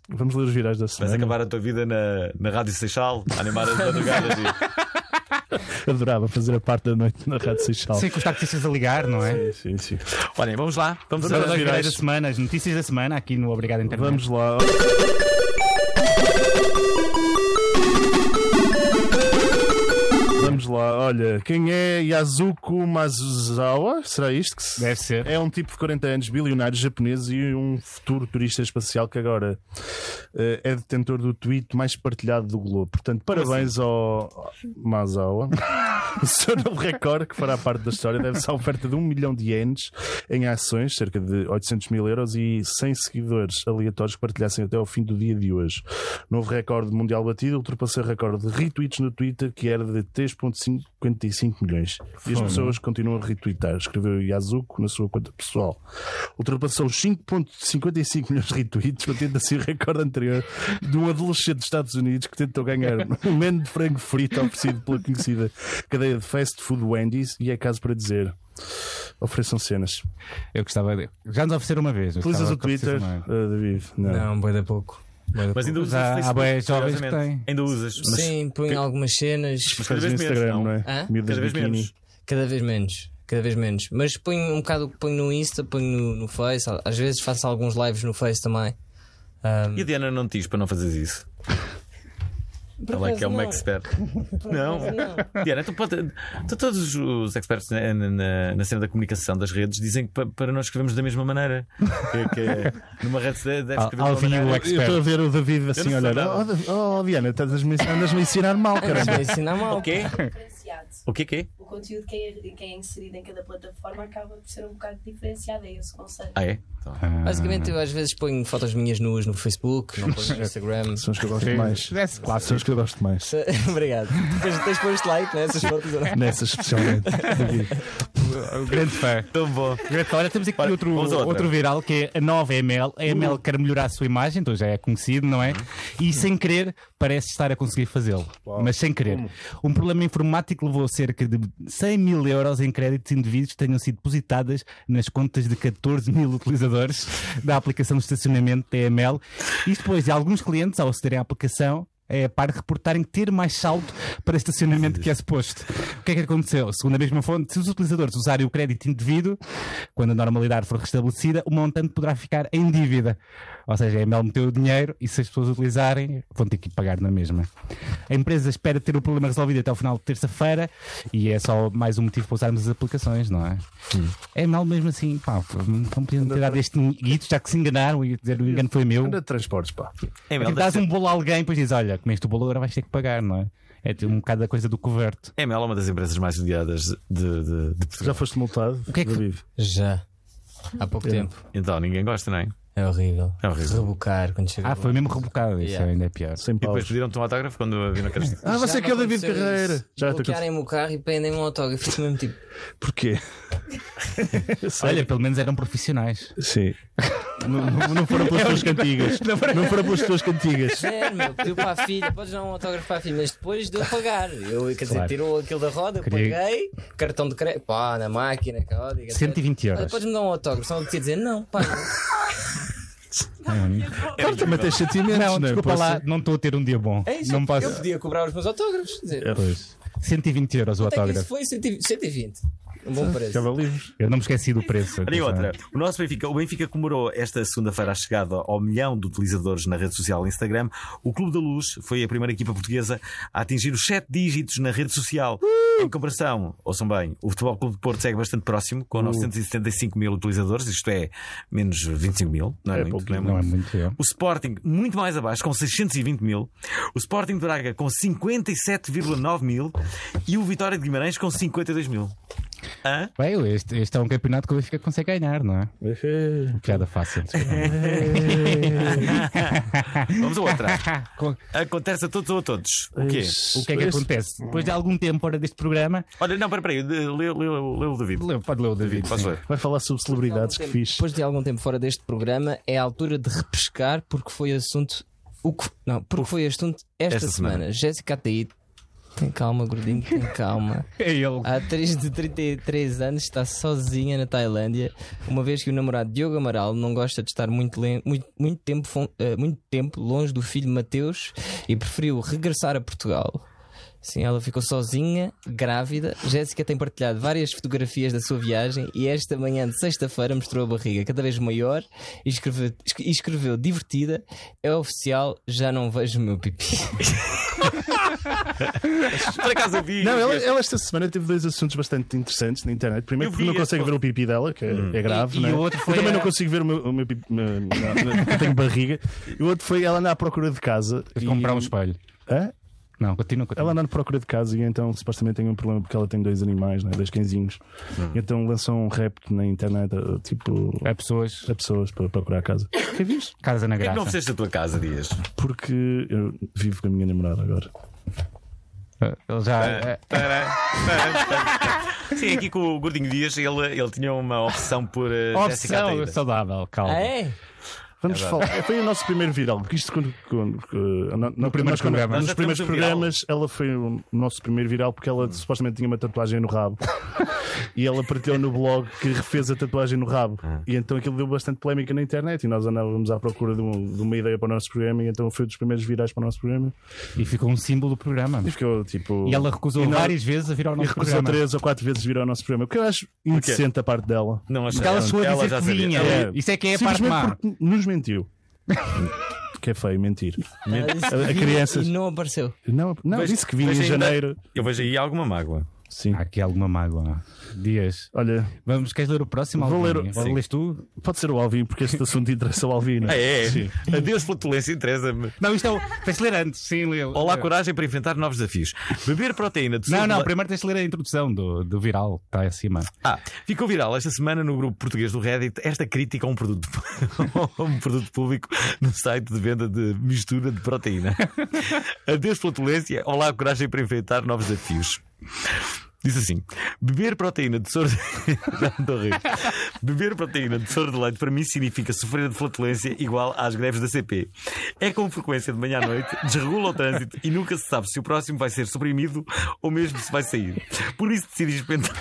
Speaker 2: Vamos ler os virais da
Speaker 1: Vais
Speaker 2: semana.
Speaker 1: acabar a tua vida na, na Rádio Seixal, a animar as madrugadas. e-
Speaker 2: Adorava fazer a parte da noite na Rádio Seixal.
Speaker 3: Sim, com os taxistas a ligar, não é?
Speaker 2: Sim, sim, sim.
Speaker 1: Olhem, vamos lá. Vamos,
Speaker 3: Vamos
Speaker 1: a
Speaker 3: às virais da semana, as notícias da semana aqui no Obrigado Internet.
Speaker 2: Vamos lá. Vamos lá, olha, quem é Yazuko Mazuzawa? Será isto que se...
Speaker 3: Deve ser.
Speaker 2: É um tipo de 40 anos, bilionário japonês e um futuro turista espacial que agora eh, é detentor do tweet mais partilhado do globo. Portanto,
Speaker 3: assim?
Speaker 2: parabéns ao Mazawa. O seu novo recorde, que fará parte da história, deve-se à oferta de um milhão de ienes em ações, cerca de 800 mil euros, e 100 seguidores aleatórios que partilhassem até ao fim do dia de hoje. Novo recorde mundial batido, ultrapassou o recorde de retweets no Twitter, que era de 3,55 milhões. E as pessoas continuam a retweetar, escreveu Yazuko na sua conta pessoal. Ultrapassou os 5,55 milhões de retweets, batendo assim o recorde anterior de um adolescente dos Estados Unidos que tentou ganhar um menu de frango frito oferecido pela conhecida cadeia de fast food Wendy's, e é caso para dizer. Ofereçam cenas.
Speaker 3: Eu gostava de. Já nos ofereceram uma vez. eu
Speaker 2: Utilizas o
Speaker 3: gostava que
Speaker 2: Twitter,
Speaker 3: oferecessem uma-
Speaker 2: ah, David?
Speaker 4: Não, boi da pouco. Bué da
Speaker 1: Mas ainda
Speaker 4: pouco.
Speaker 1: usas
Speaker 3: Há- há
Speaker 1: Facebook,
Speaker 3: bué jovens que
Speaker 1: curiosamente.
Speaker 3: têm.
Speaker 1: Ainda usas. Mas
Speaker 4: Sim, ponho algumas cenas,
Speaker 1: cada
Speaker 2: Faz no
Speaker 1: vez menos,
Speaker 2: Instagram,
Speaker 1: não?
Speaker 2: não é?
Speaker 4: Hã?
Speaker 2: Miúdas
Speaker 1: cada vez
Speaker 2: biquíni.
Speaker 1: menos.
Speaker 4: cada vez menos. Cada vez menos. Mas ponho um bocado o que ponho no Insta, ponho no, no Face. Às vezes faço alguns lives no Face também. Ahm,
Speaker 1: E a Diana não te diz para não fazeres isso. Ela é que é uma expert. Não. Diana, tu, pode- tu- todos os experts na, na- na cena da comunicação das redes dizem que pa- para nós escrevemos da mesma maneira. Que, que numa rede deve escrever de uma
Speaker 3: Alvin e o
Speaker 1: maneira.
Speaker 2: Ah, Eu estou a
Speaker 3: expert.
Speaker 2: ver o David assim,
Speaker 1: não sei
Speaker 2: olha.
Speaker 1: nada.
Speaker 2: Oh, oh, Diana, estás a me- andas-me a ensinar mal,
Speaker 4: Mas é
Speaker 2: caramba.
Speaker 4: vai ensinar mal.
Speaker 1: O quê?
Speaker 6: Diferenciado.
Speaker 1: O quê que é?
Speaker 6: O conteúdo que é, que é inserido em cada plataforma acaba por ser um bocado diferenciado, é esse o conceito.
Speaker 1: Ah, é? Então,
Speaker 4: Basicamente, eu às vezes ponho fotos minhas nuas no Facebook, não ponho no Instagram.
Speaker 2: São os que eu gosto mais.
Speaker 3: Tivesse
Speaker 2: Claro,
Speaker 3: classe.
Speaker 2: são os que eu gosto mais.
Speaker 4: Obrigado. Depois tens posto like nessas fotos.
Speaker 2: Nessas especialmente. David.
Speaker 3: Grande fã.
Speaker 1: tão bom.
Speaker 3: Olha, temos aqui
Speaker 1: Olha,
Speaker 3: outro,
Speaker 1: vamos a outra. Uhum.
Speaker 3: outro viral que é a nova ML. A ML quer melhorar a sua imagem, então já é conhecido, não é? E sem querer, parece estar a conseguir fazê-lo. Mas sem querer. Um problema informático levou a cerca de 100 mil euros em créditos indevidos que tenham sido depositadas nas contas de 14 mil utilizadores da aplicação de estacionamento da ML. E depois de alguns clientes, ao acederem à aplicação, é para reportarem ter mais saldo para estacionamento que é suposto. O que é que aconteceu? Segundo a mesma fonte, se os utilizadores usarem o crédito indevido, quando a normalidade for restabelecida, o montante poderá ficar em dívida. Ou seja, a ML meteu o dinheiro e se as pessoas utilizarem, vão ter que pagar na mesma. A empresa espera ter o problema resolvido até ao final de terça-feira e é só mais um motivo para usarmos as aplicações, não é? A ML mesmo assim, pá, não podiam ter dado este guito, já que se enganaram e dizer o engano foi meu.
Speaker 2: Anda de transportes, pá.
Speaker 1: É,
Speaker 3: É
Speaker 1: Mel,
Speaker 3: tipo, dás um bolo a alguém e depois dizes: Olha, comeste o bolo, agora vais ter que pagar, não é? É tipo um bocado da coisa do coberto.
Speaker 1: é Mel, uma das empresas mais odiadas de, de- de Portugal.
Speaker 2: Já foste multado? O
Speaker 3: que é que-
Speaker 2: David?
Speaker 4: Já. Há pouco tempo.
Speaker 1: Então, ninguém gosta, não é?
Speaker 4: É horrível.
Speaker 1: É horrível.
Speaker 4: Rebocar quando chega.
Speaker 3: Ah, foi mesmo rebocado, isso
Speaker 4: Yeah.
Speaker 3: ainda é pior.
Speaker 2: Sem
Speaker 1: E depois
Speaker 2: paus.
Speaker 1: pediram-te um autógrafo quando eu vi na cara.
Speaker 2: Ah, você que é o David Carreira. Já estou com...
Speaker 4: Bloquearem-me o carro e pendem-me um autógrafo. Fico mesmo tipo.
Speaker 2: Porquê?
Speaker 3: Olha, pelo menos eram profissionais.
Speaker 2: Sim. não, não- não foram pelas tuas cantigas. Não foram pelas tuas cantigas.
Speaker 4: Sério, É, meu, pediu para a filha, podes dar um autógrafo para a filha, mas depois de eu pagar. Eu, quer dizer,
Speaker 3: Claro.
Speaker 4: tirou aquilo da roda, eu
Speaker 3: Queria-
Speaker 4: paguei, cartão de crédito, pá, na máquina, caótica. etc.
Speaker 3: 120
Speaker 4: Olha,
Speaker 3: euros.
Speaker 4: Podes-me dar um autógrafo, só me podia dizer não, pá.
Speaker 2: Claro, também tens sentimentos,
Speaker 3: Não,
Speaker 2: é?
Speaker 3: desculpa
Speaker 2: Posso-
Speaker 3: lá, não estou a ter um dia bom.
Speaker 4: É isso,
Speaker 3: não posso.
Speaker 4: Eu podia cobrar os meus autógrafos. Dizer,
Speaker 2: É, Pois.
Speaker 3: 120 euros o
Speaker 4: até que isso
Speaker 3: autógrafo.
Speaker 4: foi 120. 120. Um bom preço.
Speaker 2: Ficava livre.
Speaker 3: Eu não me esqueci do preço. é.
Speaker 1: Olha aí
Speaker 3: atenção.
Speaker 1: outra. O nosso Benfica, o Benfica comemorou esta segunda-feira a chegada ao milhão de utilizadores na rede social Instagram. O Clube da Luz foi a primeira equipa portuguesa a atingir os sete dígitos na rede social.
Speaker 3: Uh!
Speaker 1: Em comparação, ouçam bem, o Futebol Clube de Porto segue bastante próximo,
Speaker 3: Uh!
Speaker 1: com 975 mil utilizadores, isto é menos 25 mil, não é,
Speaker 2: É
Speaker 1: muito,
Speaker 2: pouquinho,
Speaker 3: Não é muito eu.
Speaker 1: o Sporting, muito mais abaixo, com 620 mil. O Sporting de Braga, com 57,9 mil. E o Vitória de Guimarães, com 52 mil. Hã?
Speaker 3: Bem, este, este é um campeonato que o Benfica consegue ganhar, não é? Piada fácil. desculpa.
Speaker 1: Vamos a outra. Acontece a todos ou a todos. O quê?
Speaker 3: o Ah, que é que acontece? Depois de algum tempo fora deste programa,
Speaker 1: Olha, não, peraí, peraí. de- Lê, lê, lê o David.
Speaker 3: leu- pode ler o David.
Speaker 1: Posso
Speaker 3: sim.
Speaker 1: ler?
Speaker 2: Vai falar sobre celebridades que
Speaker 4: Tempo-
Speaker 2: fiz.
Speaker 4: Depois de algum tempo fora deste programa, é a altura de repescar porque foi assunto. O que, não, porque foi assunto esta,
Speaker 1: Esta semana.
Speaker 4: semana. Jéssica Ataíde. Tem calma, gordinho, tem calma.
Speaker 3: É ele.
Speaker 4: A atriz de 33 anos está sozinha na Tailândia, uma vez que o namorado Diogo Amaral não gosta de estar muito, len- muito, muito tempo, fon- eh, muito tempo longe do filho Mateus e preferiu regressar a Portugal. Sim, ela ficou sozinha, grávida. Jéssica tem partilhado várias fotografias da sua viagem e esta manhã de sexta-feira mostrou a barriga cada vez maior e escreveu, e escreveu divertida. É oficial, já não vejo o meu pipi.
Speaker 1: Por acaso eu vi.
Speaker 2: Não, ela, ela esta semana teve dois assuntos bastante interessantes na internet. Primeiro,
Speaker 1: Eu
Speaker 2: porque não
Speaker 1: vi
Speaker 2: consegue
Speaker 1: esse-
Speaker 2: ver o pipi dela, que é- é grave.
Speaker 3: E- e
Speaker 2: né?
Speaker 3: o outro foi
Speaker 2: eu também
Speaker 3: a-
Speaker 2: não consigo ver o meu, o meu pipi. meu- não, não, porque eu tenho barriga. E o outro foi ela andar à procura de casa. E...
Speaker 3: Comprar um espelho.
Speaker 2: Hã?
Speaker 3: Não, continua, continua.
Speaker 2: Ela andando à procura de casa e então supostamente tem um problema porque ela tem dois animais, né? dois cãezinhos. E então lançou um rap na internet, eh, tipo,
Speaker 3: Há É pessoas.
Speaker 2: a pessoas para procurar a casa. Que viste?
Speaker 3: Casa na
Speaker 1: Porquê que não
Speaker 3: graça.
Speaker 1: fizeste a tua casa, Dias?
Speaker 2: Porque eu vivo com a minha namorada agora.
Speaker 3: Ele Eh,
Speaker 1: Ah,
Speaker 3: já.
Speaker 1: tá,
Speaker 3: é
Speaker 1: Sim, aqui com o Gordinho Dias ele, ele tinha uma opção por eh, Jéssica
Speaker 3: Opção é
Speaker 1: Ataída.
Speaker 3: saudável, calma.
Speaker 4: Ah, é?
Speaker 2: Vamos falar. Foi o nosso primeiro viral, porque isto quando. quando, eh, no, no
Speaker 3: primeiro programa.
Speaker 1: Nós
Speaker 2: Nos
Speaker 1: já
Speaker 2: primeiros
Speaker 1: tivemos um viral.
Speaker 2: programas, ela foi o nosso primeiro viral porque
Speaker 3: Hum.
Speaker 2: ela supostamente tinha uma tatuagem no rabo. e ela partilhou no blog que refez a tatuagem no rabo.
Speaker 3: Ah.
Speaker 2: E então aquilo deu bastante polémica na internet. E nós andávamos à procura de, um- de uma ideia para o nosso programa. E então foi um dos primeiros virais para o nosso programa.
Speaker 3: E ficou um símbolo do programa.
Speaker 2: E ficou tipo.
Speaker 3: E ela recusou
Speaker 2: E não-
Speaker 3: várias vezes a vir ao
Speaker 2: e
Speaker 3: nosso
Speaker 2: recusou
Speaker 3: programa.
Speaker 2: três ou quatro vezes vir ao nosso programa. O que eu acho indecente a parte dela.
Speaker 1: Não achei.
Speaker 3: Porque ela chegou a dizer
Speaker 1: já
Speaker 3: que
Speaker 1: sabia.
Speaker 3: vinha.
Speaker 2: É.
Speaker 3: Isso é que é a parte
Speaker 2: Simplesmente
Speaker 3: má.
Speaker 2: porque nos mentiu. que é feio, mentir.
Speaker 4: Ela disse que
Speaker 2: A- a
Speaker 4: vinha
Speaker 2: crianças.
Speaker 4: E não apareceu.
Speaker 2: Não, não
Speaker 1: Mas-
Speaker 2: disse que vinha
Speaker 1: mas
Speaker 2: em
Speaker 1: ainda-
Speaker 2: janeiro.
Speaker 1: Eu vejo aí alguma mágoa.
Speaker 2: Sim.
Speaker 3: Há aqui alguma mágoa. Dias.
Speaker 2: Olha,
Speaker 3: Vamos, queres ler o próximo?
Speaker 2: Vou
Speaker 3: Alvin?
Speaker 2: ler o-
Speaker 3: Agora
Speaker 2: sim.
Speaker 3: lês tu?
Speaker 2: pode ser o Alvin, porque este assunto interessa ao Alvin. não
Speaker 1: Ah, é?
Speaker 2: Sim.
Speaker 1: Adeus, flatulência, interessa-me.
Speaker 3: Não, isto é o. Tens de ler antes, sim, lê.
Speaker 1: Olá, coragem para enfrentar novos desafios. Beber proteína de
Speaker 3: Não,
Speaker 1: soja-
Speaker 3: não, primeiro tens de ler a introdução do, do viral que está acima.
Speaker 1: Ah, ficou viral esta semana no grupo português do Reddit esta crítica a um produto, a um produto público no site de venda de mistura de proteína. Adeus, flatulência. Olá, coragem para enfrentar novos desafios. Diz assim: beber proteína de soro. Já me estou a rir. Beber proteína de soro de leite para mim significa sofrer de flatulência igual às greves da CP. É com frequência de manhã à noite, desregula o trânsito e nunca se sabe se o próximo vai ser suprimido ou mesmo se vai sair. Por isso decidi experimentar.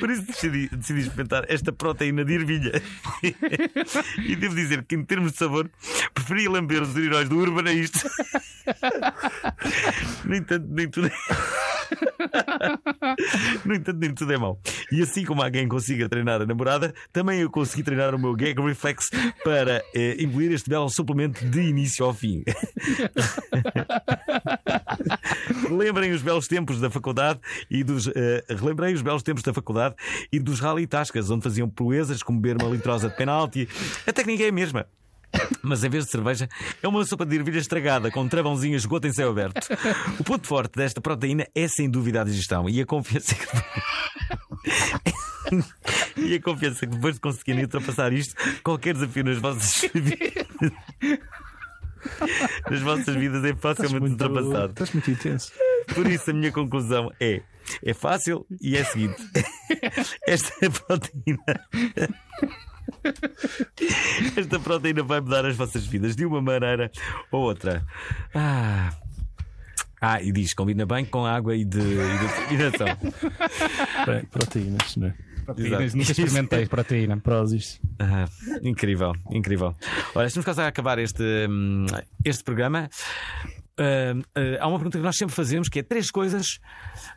Speaker 1: Por isso decidi, decidi experimentar esta proteína de ervilha. e devo dizer que, em termos de sabor, preferi lamber os heróis do Urban a isto. no entanto, nem tudo. é- No entanto, nem tudo é mau. E assim como alguém consiga treinar a namorada, também eu consegui treinar o meu gag reflex para eh, engolir este belo suplemento de início ao fim. Lembrem os belos tempos da faculdade e dos. eh, relembrei os belos tempos da faculdade e dos rally tascas, onde faziam proezas como beber uma litrosa de penalti. A técnica é a mesma. Mas em vez de cerveja, é uma sopa de ervilha estragada com um travãozinho e esgoto em céu aberto. O ponto forte desta proteína é sem dúvida a digestão e a confiança que e a confiança que depois de conseguirem ultrapassar isto, qualquer desafio nas vossas vidas. Nas vossas vidas é facilmente ultrapassado.
Speaker 2: Estás muito intenso.
Speaker 1: Por isso, a minha conclusão é: é fácil e é a seguinte. Esta proteína. Esta proteína vai mudar as vossas vidas de uma maneira ou outra. Ah. Ah, e diz: combina bem com água e de, e de hidratação.
Speaker 2: Bem, proteínas, não é?
Speaker 3: Proteínas, Nunca
Speaker 1: Exato.
Speaker 3: experimentei proteína.
Speaker 2: Prósis.
Speaker 1: Ah, incrível, incrível. Olha, estamos quase a acabar este, hum, este programa. Ah, ah, há uma pergunta que nós sempre fazemos que é três coisas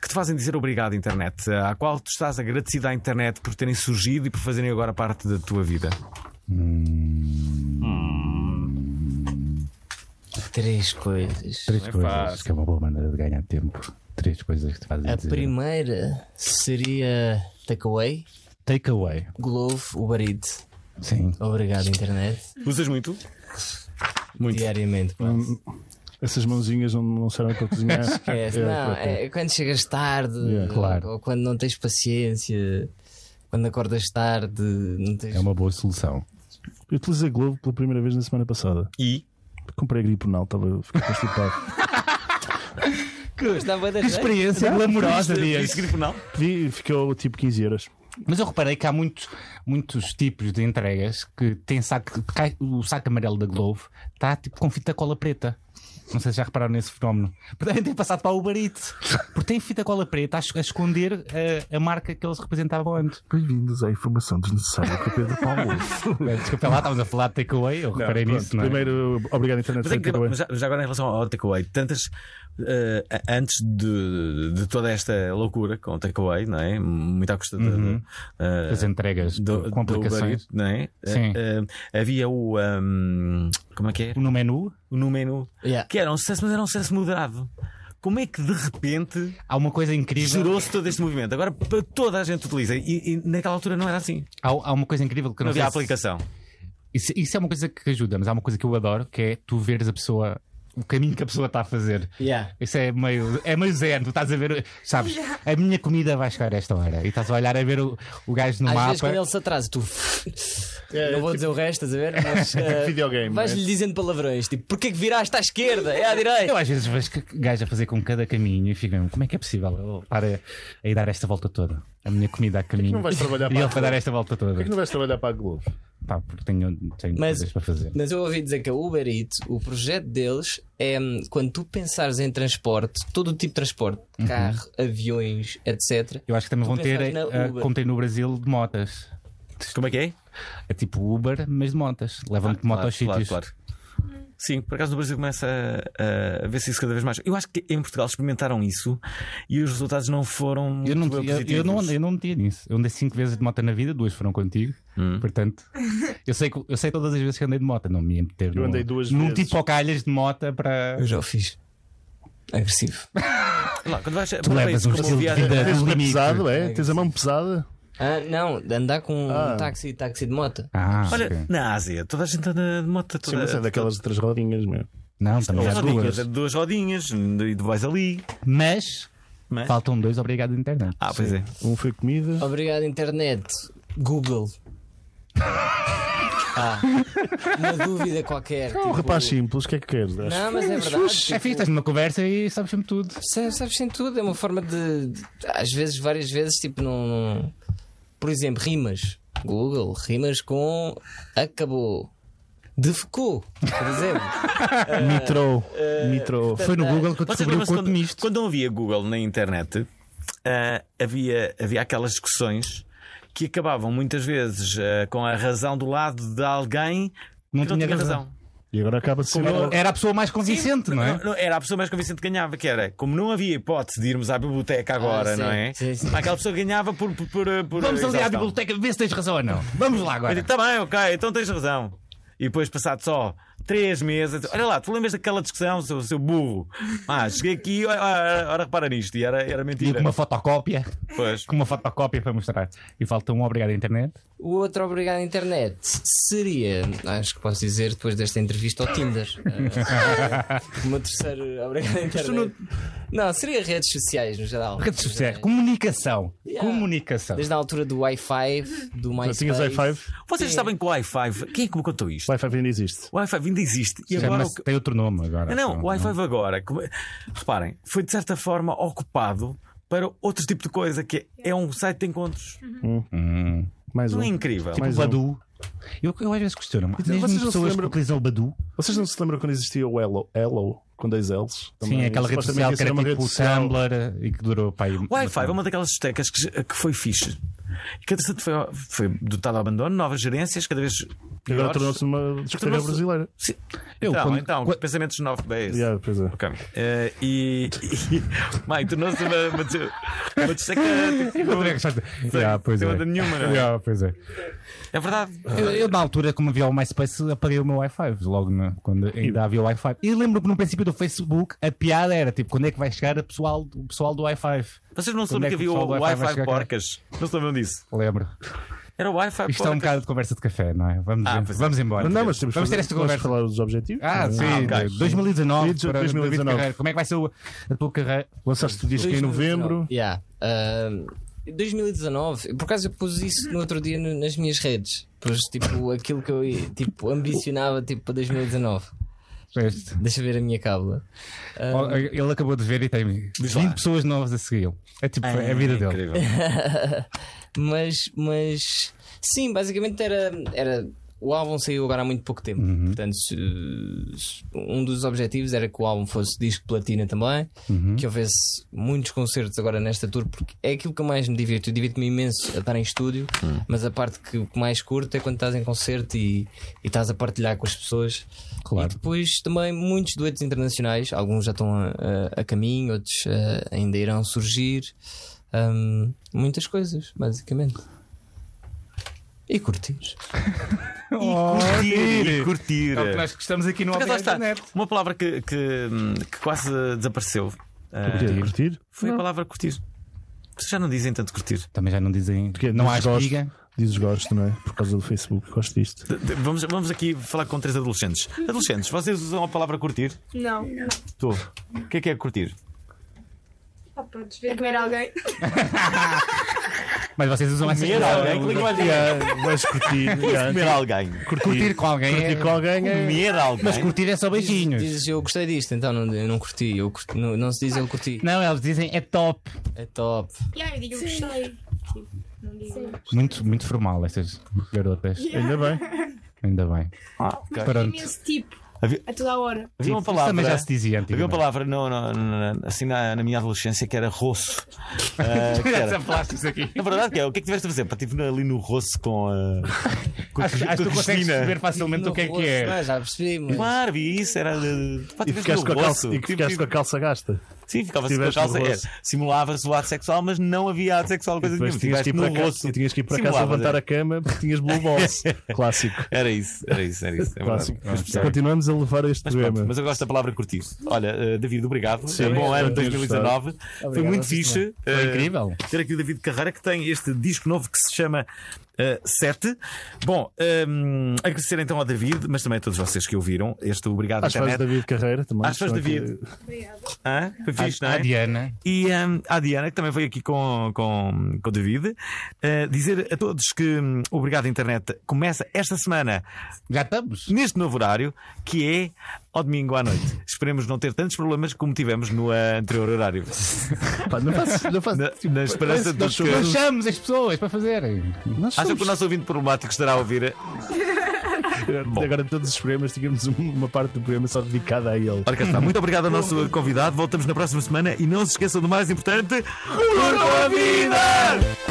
Speaker 1: que te fazem dizer obrigado, internet, Ah, à qual tu estás agradecido à internet por terem surgido e por fazerem agora parte da tua vida.
Speaker 4: Três coisas.
Speaker 3: Três coisas, que é uma boa maneira de ganhar tempo. Três coisas que te fazem
Speaker 4: A
Speaker 3: dizer.
Speaker 4: primeira seria Takeaway,
Speaker 3: Takeaway.
Speaker 4: Glovo, Uber Eats.
Speaker 3: Sim.
Speaker 4: Obrigado, internet.
Speaker 1: Usas muito?
Speaker 4: Diariamente, pá.
Speaker 2: Hum, Um, Essas mãozinhas não, não servem para cozinhar.
Speaker 4: Esquece.
Speaker 2: É,
Speaker 4: não,
Speaker 2: proteína.
Speaker 4: é quando chegas tarde,
Speaker 2: Yeah,
Speaker 3: claro.
Speaker 4: ou quando não tens paciência, quando acordas tarde, não tens.
Speaker 3: É uma boa solução.
Speaker 2: Eu utilizei Globo pela primeira vez na semana passada.
Speaker 1: E
Speaker 2: Comprei griponal, estava fiquei constipado.
Speaker 4: Gostava da jeito.
Speaker 3: Experiência glamourosa,
Speaker 1: Dias. Griponal?
Speaker 2: Pedi e ficou tipo 15 euros.
Speaker 3: Mas eu reparei que há muito, muitos tipos de entregas que tem saco, cai- o saco amarelo da Glovo está tipo tá, com fita cola preta. Não sei se já repararam nesse fenómeno. Podem ter passado para o Uber Eats. Porque tem fita cola preta a, es- a esconder eh, a, a marca que eles representavam antes.
Speaker 2: Bem-vindos à informação desnecessária que o Pedro Paulo.
Speaker 3: Desculpa lá, estávamos a falar de takeaway. Eu reparei nisso, não é?
Speaker 2: Primeiro, obrigado, internet.
Speaker 1: Mas, é que-
Speaker 2: sem takeaway.
Speaker 1: mas já, já agora em relação ao takeaway, tantas eh, a- antes de, de toda esta loucura com o takeaway, não é? Muito à custa de- de, eh,
Speaker 3: As entregas
Speaker 1: do,
Speaker 3: com
Speaker 1: do Uber
Speaker 3: aplicações.
Speaker 1: Eats, não é?
Speaker 3: Sim.
Speaker 1: Eh, eh, havia o ahm, como é que era?
Speaker 3: No menu
Speaker 1: No menu
Speaker 4: Yeah.
Speaker 1: que era um sucesso, mas era um sucesso moderado. Como é que de repente
Speaker 3: há uma coisa incrível.
Speaker 1: gerou-se todo este movimento? Agora pa- toda a gente utiliza e, e naquela altura não era assim.
Speaker 3: Há, há uma coisa incrível que eu
Speaker 1: Não
Speaker 3: não
Speaker 1: havia
Speaker 3: sei se-
Speaker 1: aplicação.
Speaker 3: Isso, isso é uma coisa que ajuda, mas há uma coisa que eu adoro que é tu veres a pessoa, o caminho que a pessoa está a fazer.
Speaker 4: Yeah.
Speaker 3: Isso é meio, é meio zen, tu estás a ver, sabes, a minha comida vai chegar a esta hora e estás a olhar a ver o, o gajo no
Speaker 4: Às
Speaker 3: mapa.
Speaker 4: vezes quando ele se atrasa, tu.
Speaker 2: É,
Speaker 4: não vou dizer o resto, estás a ver? Mas. eh,
Speaker 2: videogame, não é?
Speaker 4: Vais-lhe dizendo palavrões, tipo, porquê que viraste à esquerda? É à direita.
Speaker 3: Eu às vezes vejo que- que gajo a fazer com cada caminho e fico mesmo, como é que é possível ele para a ir dar esta volta toda? A minha comida a caminho.
Speaker 2: é não vais trabalhar
Speaker 3: e
Speaker 2: para
Speaker 3: ele
Speaker 2: a
Speaker 3: vai dar esta volta toda.
Speaker 2: Porquê que não vais trabalhar para a Globo?
Speaker 3: Pá, porque tenho, tenho
Speaker 4: Mas-
Speaker 3: coisas para fazer.
Speaker 4: Mas eu ouvi dizer que a Uber Eats, o projeto deles é hum, quando tu pensares em transporte, todo o tipo de transporte, carro, aviões, etc.
Speaker 3: Eu acho que também
Speaker 4: Tu
Speaker 3: vão ter,
Speaker 4: pensares na
Speaker 3: eh,
Speaker 4: Uber.
Speaker 3: como tem no Brasil, de motas.
Speaker 1: Como é que é?
Speaker 3: É tipo Uber, mas de motas.
Speaker 4: Ah,
Speaker 3: Levam-te de moto
Speaker 1: Claro,
Speaker 3: aos
Speaker 1: claro,
Speaker 3: sítios.
Speaker 1: claro. Sim, por acaso no Brasil começa a, a ver-se isso cada vez mais. Eu acho que em Portugal experimentaram isso e os resultados não foram
Speaker 3: Eu não,
Speaker 1: muito
Speaker 3: eu,
Speaker 1: positivos.
Speaker 3: eu não, eu não metia nisso. Eu andei cinco vezes de moto na vida, duas foram contigo. Portanto, eu sei, que- eu sei todas as vezes que andei de moto. Não me ia meter
Speaker 2: Eu
Speaker 3: num-
Speaker 2: andei duas
Speaker 3: num
Speaker 2: vezes.
Speaker 3: tipo ao calhas de moto para.
Speaker 4: Eu já o fiz. Agressivo.
Speaker 1: Lá, quando vais
Speaker 3: Tu
Speaker 1: para
Speaker 3: levas
Speaker 1: isso
Speaker 3: um
Speaker 1: como
Speaker 3: estilo de
Speaker 1: viagem.
Speaker 3: vida
Speaker 2: Tens
Speaker 3: no
Speaker 2: o pé
Speaker 3: limite.
Speaker 2: pesado, é? Tens a mão pesada?
Speaker 4: Ah, não, de andar com
Speaker 2: Ah.
Speaker 4: um táxi, táxi de moto.
Speaker 3: Ah,
Speaker 1: Olha,
Speaker 3: ok.
Speaker 1: na Ásia, toda a gente anda de moto
Speaker 2: Sim,
Speaker 1: toda.
Speaker 2: mas é daquelas de três rodinhas, meu.
Speaker 3: Não, também
Speaker 1: Duas
Speaker 3: há
Speaker 1: rodinhas, é
Speaker 3: duas.
Speaker 1: duas rodinhas, e tu vais ali.
Speaker 3: Mas,
Speaker 1: Mas-
Speaker 3: faltam dois, obrigado, internet.
Speaker 1: Ah, pois é.
Speaker 2: Um foi comida.
Speaker 4: Obrigado, internet. Google. Ah, uma dúvida qualquer.
Speaker 2: É um
Speaker 4: tipo-
Speaker 2: rapaz simples, o que é que queres? Acho
Speaker 4: Não, mas é verdade.
Speaker 3: É fixe, estás numa conversa e sabes sempre tudo.
Speaker 4: Sabes, sabes em tudo, é uma forma de, de- Às vezes, várias vezes, tipo, não. não- Por exemplo, rimas. Google, rimas com acabou. Defecou, por exemplo.
Speaker 2: Mitro. Mitro.
Speaker 3: Foi no Google que eu
Speaker 1: Vocês
Speaker 3: descobri o
Speaker 1: lembram-se
Speaker 3: corpo
Speaker 1: quando,
Speaker 3: misto.
Speaker 1: quando não havia Google na internet, ah, havia, havia aquelas discussões que acabavam muitas vezes ah, com a razão do lado de alguém
Speaker 3: Não
Speaker 1: que não
Speaker 3: tinha
Speaker 1: tinha
Speaker 3: razão.
Speaker 2: E agora acaba de ser.
Speaker 3: Era a pessoa mais convincente, não é?
Speaker 1: Não, não, era a pessoa mais convincente que ganhava, que era como não havia hipótese de irmos à biblioteca agora,
Speaker 4: Ah, sim,
Speaker 1: não é?
Speaker 4: sim, sim.
Speaker 1: Aquela pessoa ganhava por. por, por, por
Speaker 3: Vamos ali à
Speaker 1: exaustão.
Speaker 3: biblioteca ver se tens razão ou não. Vamos lá
Speaker 1: Eu
Speaker 3: agora.
Speaker 1: digo, tá bem, ok, então tens razão. E depois, passado só três meses, olha lá, tu lembras daquela discussão, seu, seu burro? Ah, cheguei aqui, ora, ora, ora, repara nisto, e era, era
Speaker 3: E
Speaker 1: mentira.
Speaker 3: com uma fotocópia,
Speaker 1: Pois.
Speaker 3: com uma fotocópia para mostrar. E falta um obrigado à internet.
Speaker 4: O outro obrigado à internet seria, acho que posso dizer depois desta entrevista ao Tinder. Ah, o meu terceiro obrigado à internet. Não... seria redes sociais no geral.
Speaker 3: Redes sociais, é? comunicação.
Speaker 4: Yeah.
Speaker 3: Comunicação.
Speaker 4: Desde a altura do Wi-Fi, do
Speaker 2: Já
Speaker 4: MySpace.
Speaker 2: tinhas i5?
Speaker 1: Vocês sabem que o Wi-Fi, quem é que me contou isto?
Speaker 2: Wi-Fi ainda existe.
Speaker 1: O Wi-Fi ainda existe. E agora o
Speaker 3: Chama-se-
Speaker 1: que-
Speaker 3: Tem outro nome agora. então,
Speaker 1: Não, o Wi-Fi agora, como- é- reparem, foi de certa forma ocupado para outro tipo de coisa, que é um site de encontros.
Speaker 3: Hum.
Speaker 2: Mais
Speaker 1: Não
Speaker 2: um.
Speaker 1: é incrível?
Speaker 3: Tipo o
Speaker 2: Mais um.
Speaker 3: Badu. Eu, eu às vezes questiono-me. Há
Speaker 2: Então,
Speaker 3: Mesmo
Speaker 2: vocês não se
Speaker 3: pessoas que
Speaker 2: lembram-
Speaker 3: utilizam o Badu.
Speaker 2: Vocês não se lembram quando existia o Hello? Hello? Com dois L's?
Speaker 3: Sim,
Speaker 2: Também,
Speaker 3: aquela rede
Speaker 2: supostamente
Speaker 3: social
Speaker 2: ia
Speaker 3: que
Speaker 2: ser
Speaker 3: era
Speaker 2: uma
Speaker 3: tipo o
Speaker 2: social.
Speaker 3: Tumblr e que durou para aí.
Speaker 1: Wi-Fi é uma daquelas discotecas que, que foi fixe. E que, entretanto, foi, foi dotada de abandono, novas gerências, cada vez
Speaker 2: E Agora
Speaker 1: piores.
Speaker 2: tornou-se uma discoteca
Speaker 1: Tornou-se-
Speaker 2: brasileira.
Speaker 1: Sim.
Speaker 3: Eu,
Speaker 1: então,
Speaker 3: quando-
Speaker 1: então,
Speaker 3: quando-
Speaker 1: pensamentos de 9 base.
Speaker 2: Yeah, pois é.
Speaker 1: Ok. Eh, e. e mãe, tornou-se uma. Uma, dis- uma discoteca.
Speaker 3: Sim,
Speaker 1: Sem-
Speaker 3: ah, pois
Speaker 1: sem
Speaker 3: é.
Speaker 1: onda nenhuma, não é?
Speaker 3: Ah, pois é.
Speaker 1: É verdade.
Speaker 3: Eu, eu, na altura, como havia o MySpace, apaguei o meu Wi-Fi logo na- quando ainda havia o Wi-Fi. E lembro que no princípio do Facebook a piada era tipo: quando é que vai chegar a pessoal, o pessoal do Wi-Fi?
Speaker 1: Vocês não
Speaker 3: Quando é
Speaker 1: sabem que
Speaker 3: que
Speaker 1: havia
Speaker 3: o
Speaker 1: o
Speaker 3: pessoal do Wi-Fi vai
Speaker 1: Wi-Fi
Speaker 3: chegar cá?
Speaker 1: porcas. Não se lembram disso.
Speaker 3: Lembro.
Speaker 1: Era o Wi-Fi porcas.
Speaker 3: Isto é um bocado de conversa de café, não é? Vamos,
Speaker 1: Ah, pois é.
Speaker 3: vamos embora.
Speaker 2: Não, mas temos
Speaker 3: vamos ter
Speaker 2: fazer-
Speaker 3: esta
Speaker 2: vamos
Speaker 3: conversa.
Speaker 2: falar dos objetivos.
Speaker 3: Ah, sim,
Speaker 1: ok.
Speaker 3: 2019. para
Speaker 2: 2019.
Speaker 3: David Carreira. Como é que vai ser o- a tua carreira?
Speaker 2: Lançaste o disco em novembro.
Speaker 4: Yeah. Ahm, 2019, por acaso eu pus isso no outro dia no- nas minhas redes. Pus tipo aquilo que eu tipo, ambicionava tipo, para 2019.
Speaker 3: Este.
Speaker 4: Deixa ver a minha cábula.
Speaker 3: Oh, Ele acabou de ver e tem 20 pessoas novas a segui-lo. É tipo, é a vida dele.
Speaker 1: Incrível.
Speaker 4: Mas, mas sim, basicamente era, era o álbum saiu agora há muito pouco tempo. Portanto, se- se- um dos objetivos era que o álbum fosse disco de platina também, que houvesse muitos concertos agora nesta tour, porque é aquilo que eu mais me divirto. Eu divirto-me imenso a estar em estúdio, mas a parte que, que mais curto é quando estás em concerto e, e estás a partilhar com as pessoas.
Speaker 3: Claro.
Speaker 4: E depois também muitos duetos internacionais, alguns já estão a, a- a caminho, outros eh, ainda irão surgir. Hum, muitas coisas, basicamente. E curtir.
Speaker 1: Curtir, e curtir.
Speaker 3: É o que nós gostamos aqui no
Speaker 1: Por acaso, lá está,
Speaker 3: Alberto Internet.
Speaker 1: Uma palavra que, que, que quase desapareceu ah,
Speaker 2: Curtir, curtir?
Speaker 1: foi a palavra curtir. Vocês já não dizem tanto curtir.
Speaker 3: Também já não dizem.
Speaker 2: Porque
Speaker 3: não há
Speaker 2: dizes gosto.
Speaker 3: espiga.
Speaker 2: Dizes gosto, não é? Por causa do Facebook, gosto disto.
Speaker 1: De- de- Vamos, vamos aqui falar com três adolescentes. Adolescentes, vocês usam a palavra curtir?
Speaker 7: Não.
Speaker 1: Estou. O que é que é curtir?
Speaker 7: Ah, podes ver comer alguém.
Speaker 3: Mas vocês usam essa
Speaker 1: é
Speaker 3: expressão.
Speaker 2: Yeah, Vais curtir. yeah.
Speaker 1: Comer alguém.
Speaker 3: Curtir com é? alguém. é-
Speaker 2: Curtir com alguém é-
Speaker 1: Comer alguém.
Speaker 3: Mas curtir é só beijinhos.
Speaker 4: Dizes eu gostei disto, então não, eu não curti. Eu curti- não, não se diz eu curti.
Speaker 3: Não, eles dizem é top.
Speaker 4: É top.
Speaker 7: Yeah, eu digo eu gostei. Tipo, Não digo.
Speaker 3: Muito, muito formal estas garotas.
Speaker 2: Ainda bem.
Speaker 3: Ainda bem.
Speaker 1: Ah, ok.
Speaker 3: Pronto.
Speaker 7: Imenso tipo.
Speaker 1: Havia-
Speaker 7: A toda a hora.
Speaker 1: Havia uma
Speaker 3: Isso
Speaker 1: palavra.
Speaker 3: também já se dizia
Speaker 1: Havia uma
Speaker 3: antigamente.
Speaker 1: palavra no, no- no- assim na, na minha adolescência que era roço. Ah, que
Speaker 3: Já
Speaker 1: era-
Speaker 3: sempre falaste isso aqui.
Speaker 1: Na verdade, que é, o que é que tiveste a fazer? Pá, Estive ali no roço com a. com a,
Speaker 3: Acho, acho
Speaker 1: com
Speaker 3: que
Speaker 1: a
Speaker 3: tu consegues
Speaker 1: Cristina.
Speaker 3: perceber facilmente o que é que é.
Speaker 4: Ah, já percebi, mas.
Speaker 1: Claro, vi isso, era. de- Pá,
Speaker 2: E
Speaker 1: tiveste
Speaker 2: ficaste com
Speaker 1: no
Speaker 2: a calça,
Speaker 1: roço.
Speaker 2: e ficaste com a calça gasta.
Speaker 1: Sim, ficava-se com a
Speaker 2: Tiveste no
Speaker 1: calça. é,
Speaker 2: roço.
Speaker 1: Simulava-se o ato sexual, mas não havia ato sexual, coisa nenhuma.
Speaker 2: Depois tinhas que
Speaker 1: Estiveste
Speaker 2: ir
Speaker 1: no
Speaker 2: para
Speaker 1: roço.
Speaker 2: casa, e tinhas que ir para casa
Speaker 1: Simulavas,
Speaker 2: levantar
Speaker 1: é.
Speaker 2: a cama porque tinhas blue balls. Clássico.
Speaker 1: Era isso, era isso, era isso. É verdade.
Speaker 2: Clássico. Continuamos a levar este
Speaker 1: Mas, pronto,
Speaker 2: programa.
Speaker 1: mas eu gosto da palavra curtir. Olha, eh, David, obrigado.
Speaker 2: Sim.
Speaker 1: Eh, bom ano
Speaker 2: Obrigado,
Speaker 1: 2019. Foi muito fixe.
Speaker 3: Foi
Speaker 1: eh,
Speaker 3: incrível.
Speaker 1: ter aqui o David Carreira, que tem este disco novo que se chama eh, Sete. Bom, ehm, agradecer então ao David, mas também a todos vocês que ouviram. Este obrigado à
Speaker 2: Às fãs
Speaker 1: internet.
Speaker 2: David é? Carreira também.
Speaker 1: Às fãs
Speaker 2: Estão aqui-
Speaker 1: David. Hã? Foi fixe, não
Speaker 3: A
Speaker 1: é?
Speaker 3: Diana.
Speaker 1: E hum, à Diana, que também veio aqui com, com, com o David, eh, dizer a todos que hum, Obrigado Internet começa esta semana,
Speaker 3: Já estamos.
Speaker 1: neste novo horário, que é ao domingo à noite. Esperemos não ter tantos problemas como tivemos no eh, anterior horário.
Speaker 2: Pá, não faço. Não faço
Speaker 1: Na, na esperança de
Speaker 2: nós
Speaker 1: que.
Speaker 2: somos-
Speaker 3: Deixamos as pessoas para fazerem.
Speaker 2: nós
Speaker 1: Acham
Speaker 2: somos-
Speaker 1: que o nosso ouvinte problemático estará a ouvir? Bom.
Speaker 2: Agora, todos os programas, tínhamos um, uma parte do programa só dedicada a ele.
Speaker 1: Ora, cá está. Muito obrigado ao nosso convidado. Voltamos na próxima semana e não se esqueçam do mais importante: Curtam a vida!